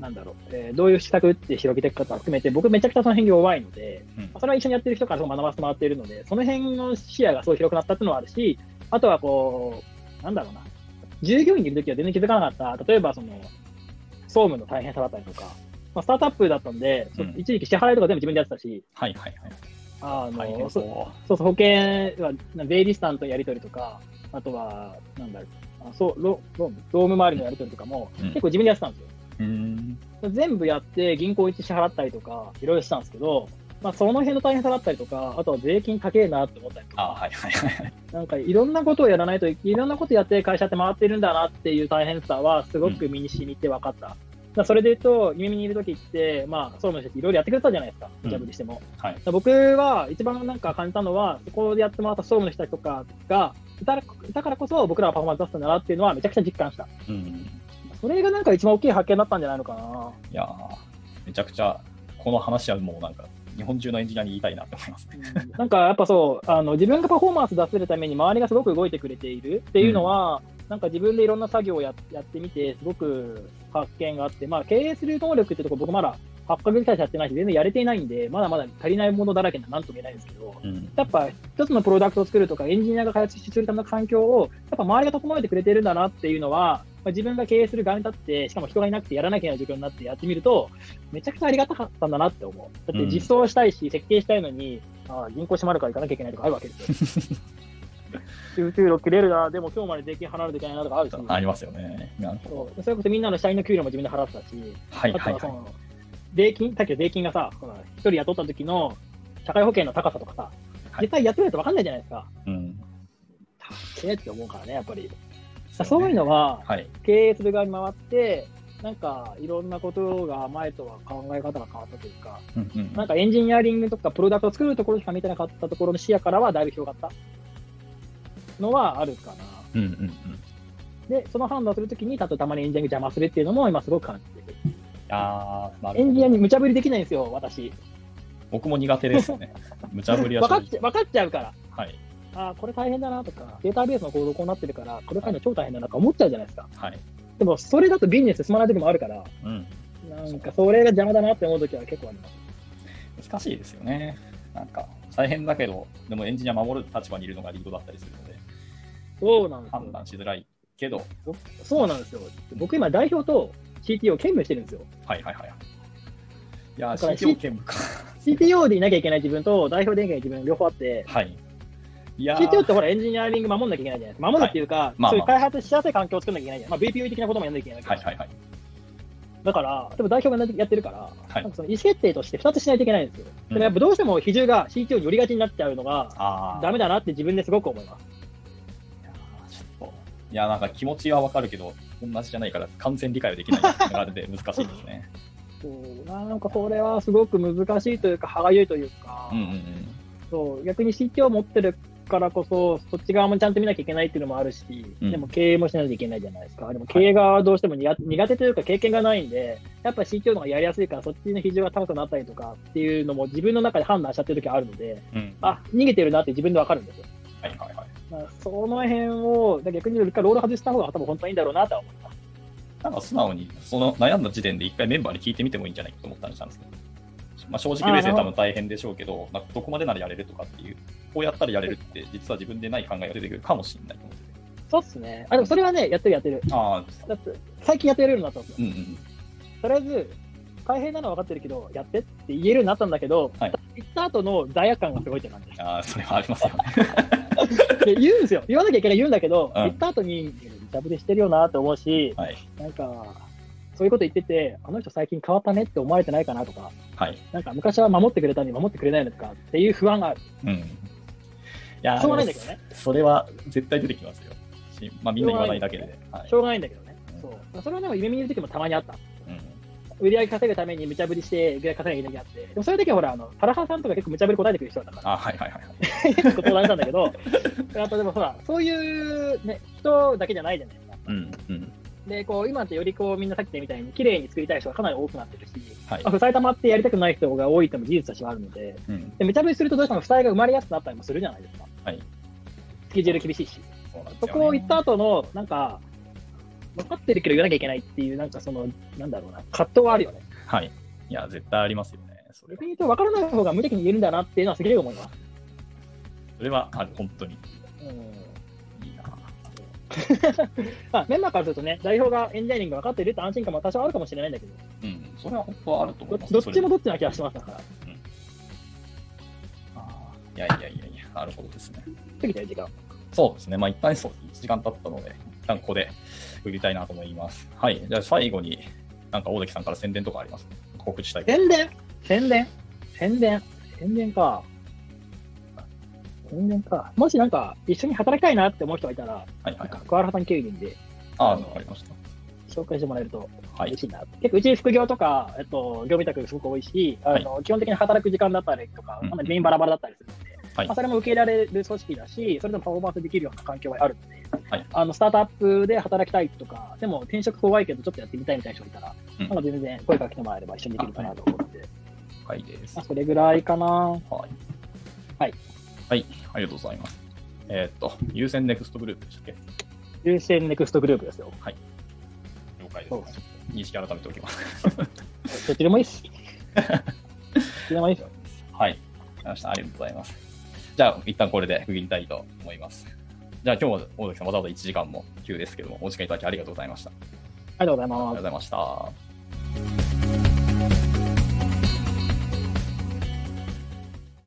S2: なんだろう、えーどういう施策打って広げていくかとか含めて、僕めちゃくちゃその辺弱いので、
S1: うん
S2: それは一緒にやってる人からすごい学ばせてもらっているので、その辺の視野がすごい広くなったっていうのはあるし、あとはこう、なんだろうな、従業員にいるときは全然気づかなかった、例えばその、総務の大変さだったりとか、まあ、スタートアップだったんで、
S1: うん
S2: 一時期支払いとか全部自分でやってたし、
S1: はいはいはい。
S2: あ
S1: 大
S2: の
S1: 変
S2: そ
S1: そうう。
S2: そうそう保険はな税理士さんとやり取りとか、あとは、なんだろう、あそうロローンローム周りのやり取りとかも、
S1: うん
S2: 結構自分でやってたんですよ。
S1: うーん
S2: 全部やって銀行一支払ったりとか、いろいろしたんですけど、まあ、その辺の大変さだったりとか、あとは税金かけえなって思ったりと
S1: あー
S2: か、
S1: はいはいはい。
S2: なんかいろんなことをやらないとい、いろんなことやって会社って回ってるんだなっていう大変さは、すごく身に染みて分かった。だからそれで言うと、夢にいるときって、まあ、そうの人っていろいろやってくれたじゃないですか、
S1: うん
S2: ジャブにしても。
S1: はい。
S2: 僕は一番なんか感じたのは、そこでやってもらった総務の人たちとかが、だからだからこそ僕らはパフォーマンス出したんだなっていうのはめちゃくちゃ実感した。
S1: うん。
S2: それがなんか一番大きい発見だったんじゃないのかな。
S1: いやーめちゃくちゃ、この話はもうなんか、日本中のエンジニアに言いたいなって思いますね。
S2: うんなんかやっぱそうあの、自分がパフォーマンス出せるために周りがすごく動いてくれているっていうのは、なんか自分でいろんな作業をややってみて、すごく発見があって、まあ、経営する能力ってとこ僕まだ8ヶ月くらいしかやってないし、全然やれていないんで、まだまだ足りないものだらけなんとも言えないんですけど、
S1: うん。
S2: やっぱ一つのプロダクトを作るとか、エンジニアが開発するための環境を、やっぱ周りが整えてくれてるんだなっていうのは、まあ自分が経営する側に立って、しかも人がいなくてやらなきゃいけない状況になってやってみると、めちゃくちゃありがたかったんだなって思う。だって実装したいし、設計したいのに、あー銀行閉まるから行かなきゃいけないとかあるわけです よ。給料切れるな、でも今日まで税金払わなきゃいけないなとかあるし、
S1: ありますよね。なるほど。
S2: そうそれこそみんなの社員の給料も自分で払ってたし、
S1: はい
S2: あと
S1: はい
S2: はそ
S1: はい。
S2: の、税金、さっきの税金がさ、ほら一人雇った時の社会保険の高さとかさ、
S1: はい
S2: 実際やってみないと分かんないじゃないですか。
S1: うん。
S2: えって思うからね、やっぱり。そういうのは、
S1: はい。
S2: 経営する側に回って、なんかいろんなことが前とは考え方が変わったというか、
S1: うんうん
S2: なんかエンジニアリングとかプロダクトを作るところしか見てなかったところの視野からはだいぶ広がったのはあるかな。
S1: うんうんうん。い
S2: で、その判断するときに、たとたまにエンジニアリング邪魔するっていうのも今すごく感じてる。
S1: やーなる
S2: エ
S1: ほ
S2: ンジニア
S1: ど。
S2: に無茶ぶりできないんですよ、私。
S1: 僕も苦手です ね。無茶ぶりは
S2: 分
S1: しな
S2: か
S1: い
S2: っちゃ分かっちゃうから。
S1: はい。
S2: ああ、これ大変だなとか、データベースの構造こうなってるから、これ書いるの超大変だなとか思っちゃうじゃないですか。
S1: はい。
S2: でも、それだとビジネス進まない時もあるから、
S1: うん。
S2: なんかそれが邪魔だなって思う時は結構あります。
S1: 難しいですよね。なんか、大変だけど、でもエンジニア守る立場にいるのがリードだったりするので、
S2: そうなんです
S1: 判
S2: よ。
S1: 断しづらいけど、
S2: そうなんですよ。僕今代表と CTO を兼務してるんですよ。
S1: はいはいはい。いやー、
S2: だから
S1: CTO 兼務か。
S2: CTO でいなきゃいけない自分と代表でいなきゃいけない自分両方あって、
S1: はい。いやー
S2: CTO ってほらエンジニアリング守んなきゃいけないじゃないですか。守るっていうか、
S1: まあまあ
S2: そういう開発しやすい環境を作んなきゃいけないじゃないまあ VPO 的なこともやんなきゃいけない
S1: は
S2: わけ
S1: い
S2: です
S1: はいはい。
S2: だから、でも代表がやってるから、
S1: はい
S2: なんかその意思決定として2つしないといけないんですよ。でもやっぱどうしても比重が CTO に寄りがちになっちゃうのが、
S1: ああ、
S2: ダメだなって自分ですごく思います。
S1: いやーちょっと、いや、なんか気持ちはわかるけど、同じじゃないから完全理解はできないがあるで 難しいですね。
S2: そうなんかそれはすごく難しいというか、歯がゆいというか、
S1: うんうんうん、
S2: そう逆に CTO を持ってるからこそ、そっち側もちゃんと見なきゃいけないっていうのもあるし、
S1: うん
S2: でも経営もしないといけないじゃないですか、でも経営側はどうしても苦,、苦手というか、経験がないんで、やっぱ CTO の方がやりやすいから、そっちの比重が高くなったりとかっていうのも、自分の中で判断しちゃってる時あるので、
S1: うん、
S2: あ逃げてるなって自分で分かるんですよ。
S1: はいはいはい。
S2: まあ、その辺を、だから逆に言うと一回ロール外した方が多分本当にいいんだろうなとは思います。
S1: なんか素直に、その悩んだ時点で一回メンバーに聞いてみてもいいんじゃないかと思ったりしたんですけど、まあ、正直冷静
S2: あー
S1: 多分大変でしょうけど、なんかどこまでならやれるとかっていう、こうやったらやれるって、実は自分でない考えが出てくるかもしれないと思ってて。
S2: そうっすね。あ、でもそれはね、やってるやってる。
S1: ああ、
S2: だって、最近やってやれるようになったんです
S1: う
S2: よ。
S1: んうん。
S2: とりあえず、大変なのは分かってるけど、やってって言えるようになったんだけど、
S1: はい
S2: 言った後の罪悪感がすごいって感じです。
S1: ああ、それはありますよ ね。
S2: で言うんですよ。言わなきゃいけない言うんだけど、
S1: うん
S2: 言った後に、ダブでしてるよなと思うし、
S1: はい。
S2: なんか、そういうこと言ってて、あの人最近変わったねって思われてないかなとか、
S1: はい。
S2: なんか昔は守ってくれたのに守ってくれないのとかっていう不安がある。
S1: うん。いやー、
S2: しょうがないんだけどね。
S1: でもそれは絶対出てきますよ。しまあ、みんな言わないだけで。はい
S2: しょうがないんだけどね
S1: うん。
S2: そう。まあそれはでも夢見る時もたまにあった。
S1: うん
S2: 売り上げ稼ぐために無茶ぶりして、売り上げ稼ぐ時あって、でもそういう時はほら、あの、原原さんとか結構無茶ぶり答えてくる人だったか
S1: あーはいはいはいはい。
S2: ら、結構相談したんだけど、 やっぱでもほら、そういうね、人だけじゃないじゃないですか。
S1: うんうん。
S2: で、こう、今ってよりこう、みんなさっき言ったみたいに、綺麗に作りたい人がかなり多くなってるし、
S1: はい
S2: まあ。負債溜まってやりたくない人が多いっても事実としてはあるので、
S1: うん。
S2: で無茶ぶりするとどうしても負債が生まれやすくなったりもするじゃないですか。
S1: はい。
S2: スケジュール厳しいし。
S1: そうなんですよね
S2: そこを行った後の、なんか、分かってるけど言わなきゃいけないっていう、なんかその、なんだろうな、葛藤はあるよね。
S1: はい。いや、絶対ありますよね。それは
S2: 逆に言うと、分からない方が無敵に言えるんだなっていうのはすげえ思います。
S1: それはある、本当に。
S2: うん
S1: いいな。
S2: まあ、メンバーからするとね、代表がエンジニアリング分かってるって安心感も多少あるかもしれないんだけど、
S1: うん、それは本当はあると思
S2: ど
S1: いま
S2: っち
S1: す。
S2: どっちも
S1: それ
S2: どっちな気がしますだから。
S1: あーいやいやいやいや、なるほどですね。
S2: 過ぎたよ、時間。
S1: そうですね。まあ、一旦そう、1時間経ったので、一旦ここで売りたいなと思います。はい。じゃあ、最後に、なんか大関さんから宣伝とかあります告知したいこと。
S2: 宣伝宣伝宣伝宣伝か。宣伝か。もしなんか、一緒に働きたいなって思う人がいたら、
S1: はいは
S2: なん
S1: いは
S2: か
S1: い。
S2: 福原さん経由人で
S1: ああ、わかりました。
S2: 紹介してもらえると
S1: はい
S2: 嬉。しいな。結構うち副業とか、えっと、業務委託すごく多いし、あの基本的に働く時間だったりとか、
S1: うん
S2: かなり全員バラバラだったりするので、
S1: はい
S2: まあ、それも受け入れられる組織だし、それでもパフォーマンスできるような環境はあるので、
S1: はい
S2: あのスタートアップで働きたいとか、でも転職怖いけどちょっとやってみたいみたいな人がいたら、
S1: うん
S2: なんか全然声かけてもらえれば一緒にできるかなと思うので、
S1: はいです
S2: まあ、。それぐらいかな。
S1: はい。
S2: はい。
S1: はい。ありがとうございます。えーっと、優先ネクストグループでしたっけ
S2: 優先ネクストグループですよ。
S1: 了解です。
S2: そうです
S1: 認識改めておきます。
S2: どっちでもいいです。どっ ちでもいいです。
S1: はい。わかりました。ありがとうございます。じゃあ、一旦これで区切りたいと思います。じゃあ、今日は大崎さん、わざわざ1時間も急ですけども、お時間いただきありがとうございました。あり
S2: ありがとうござ
S1: が
S2: い
S1: と
S2: ま
S1: う
S2: す
S1: ご。ざいました。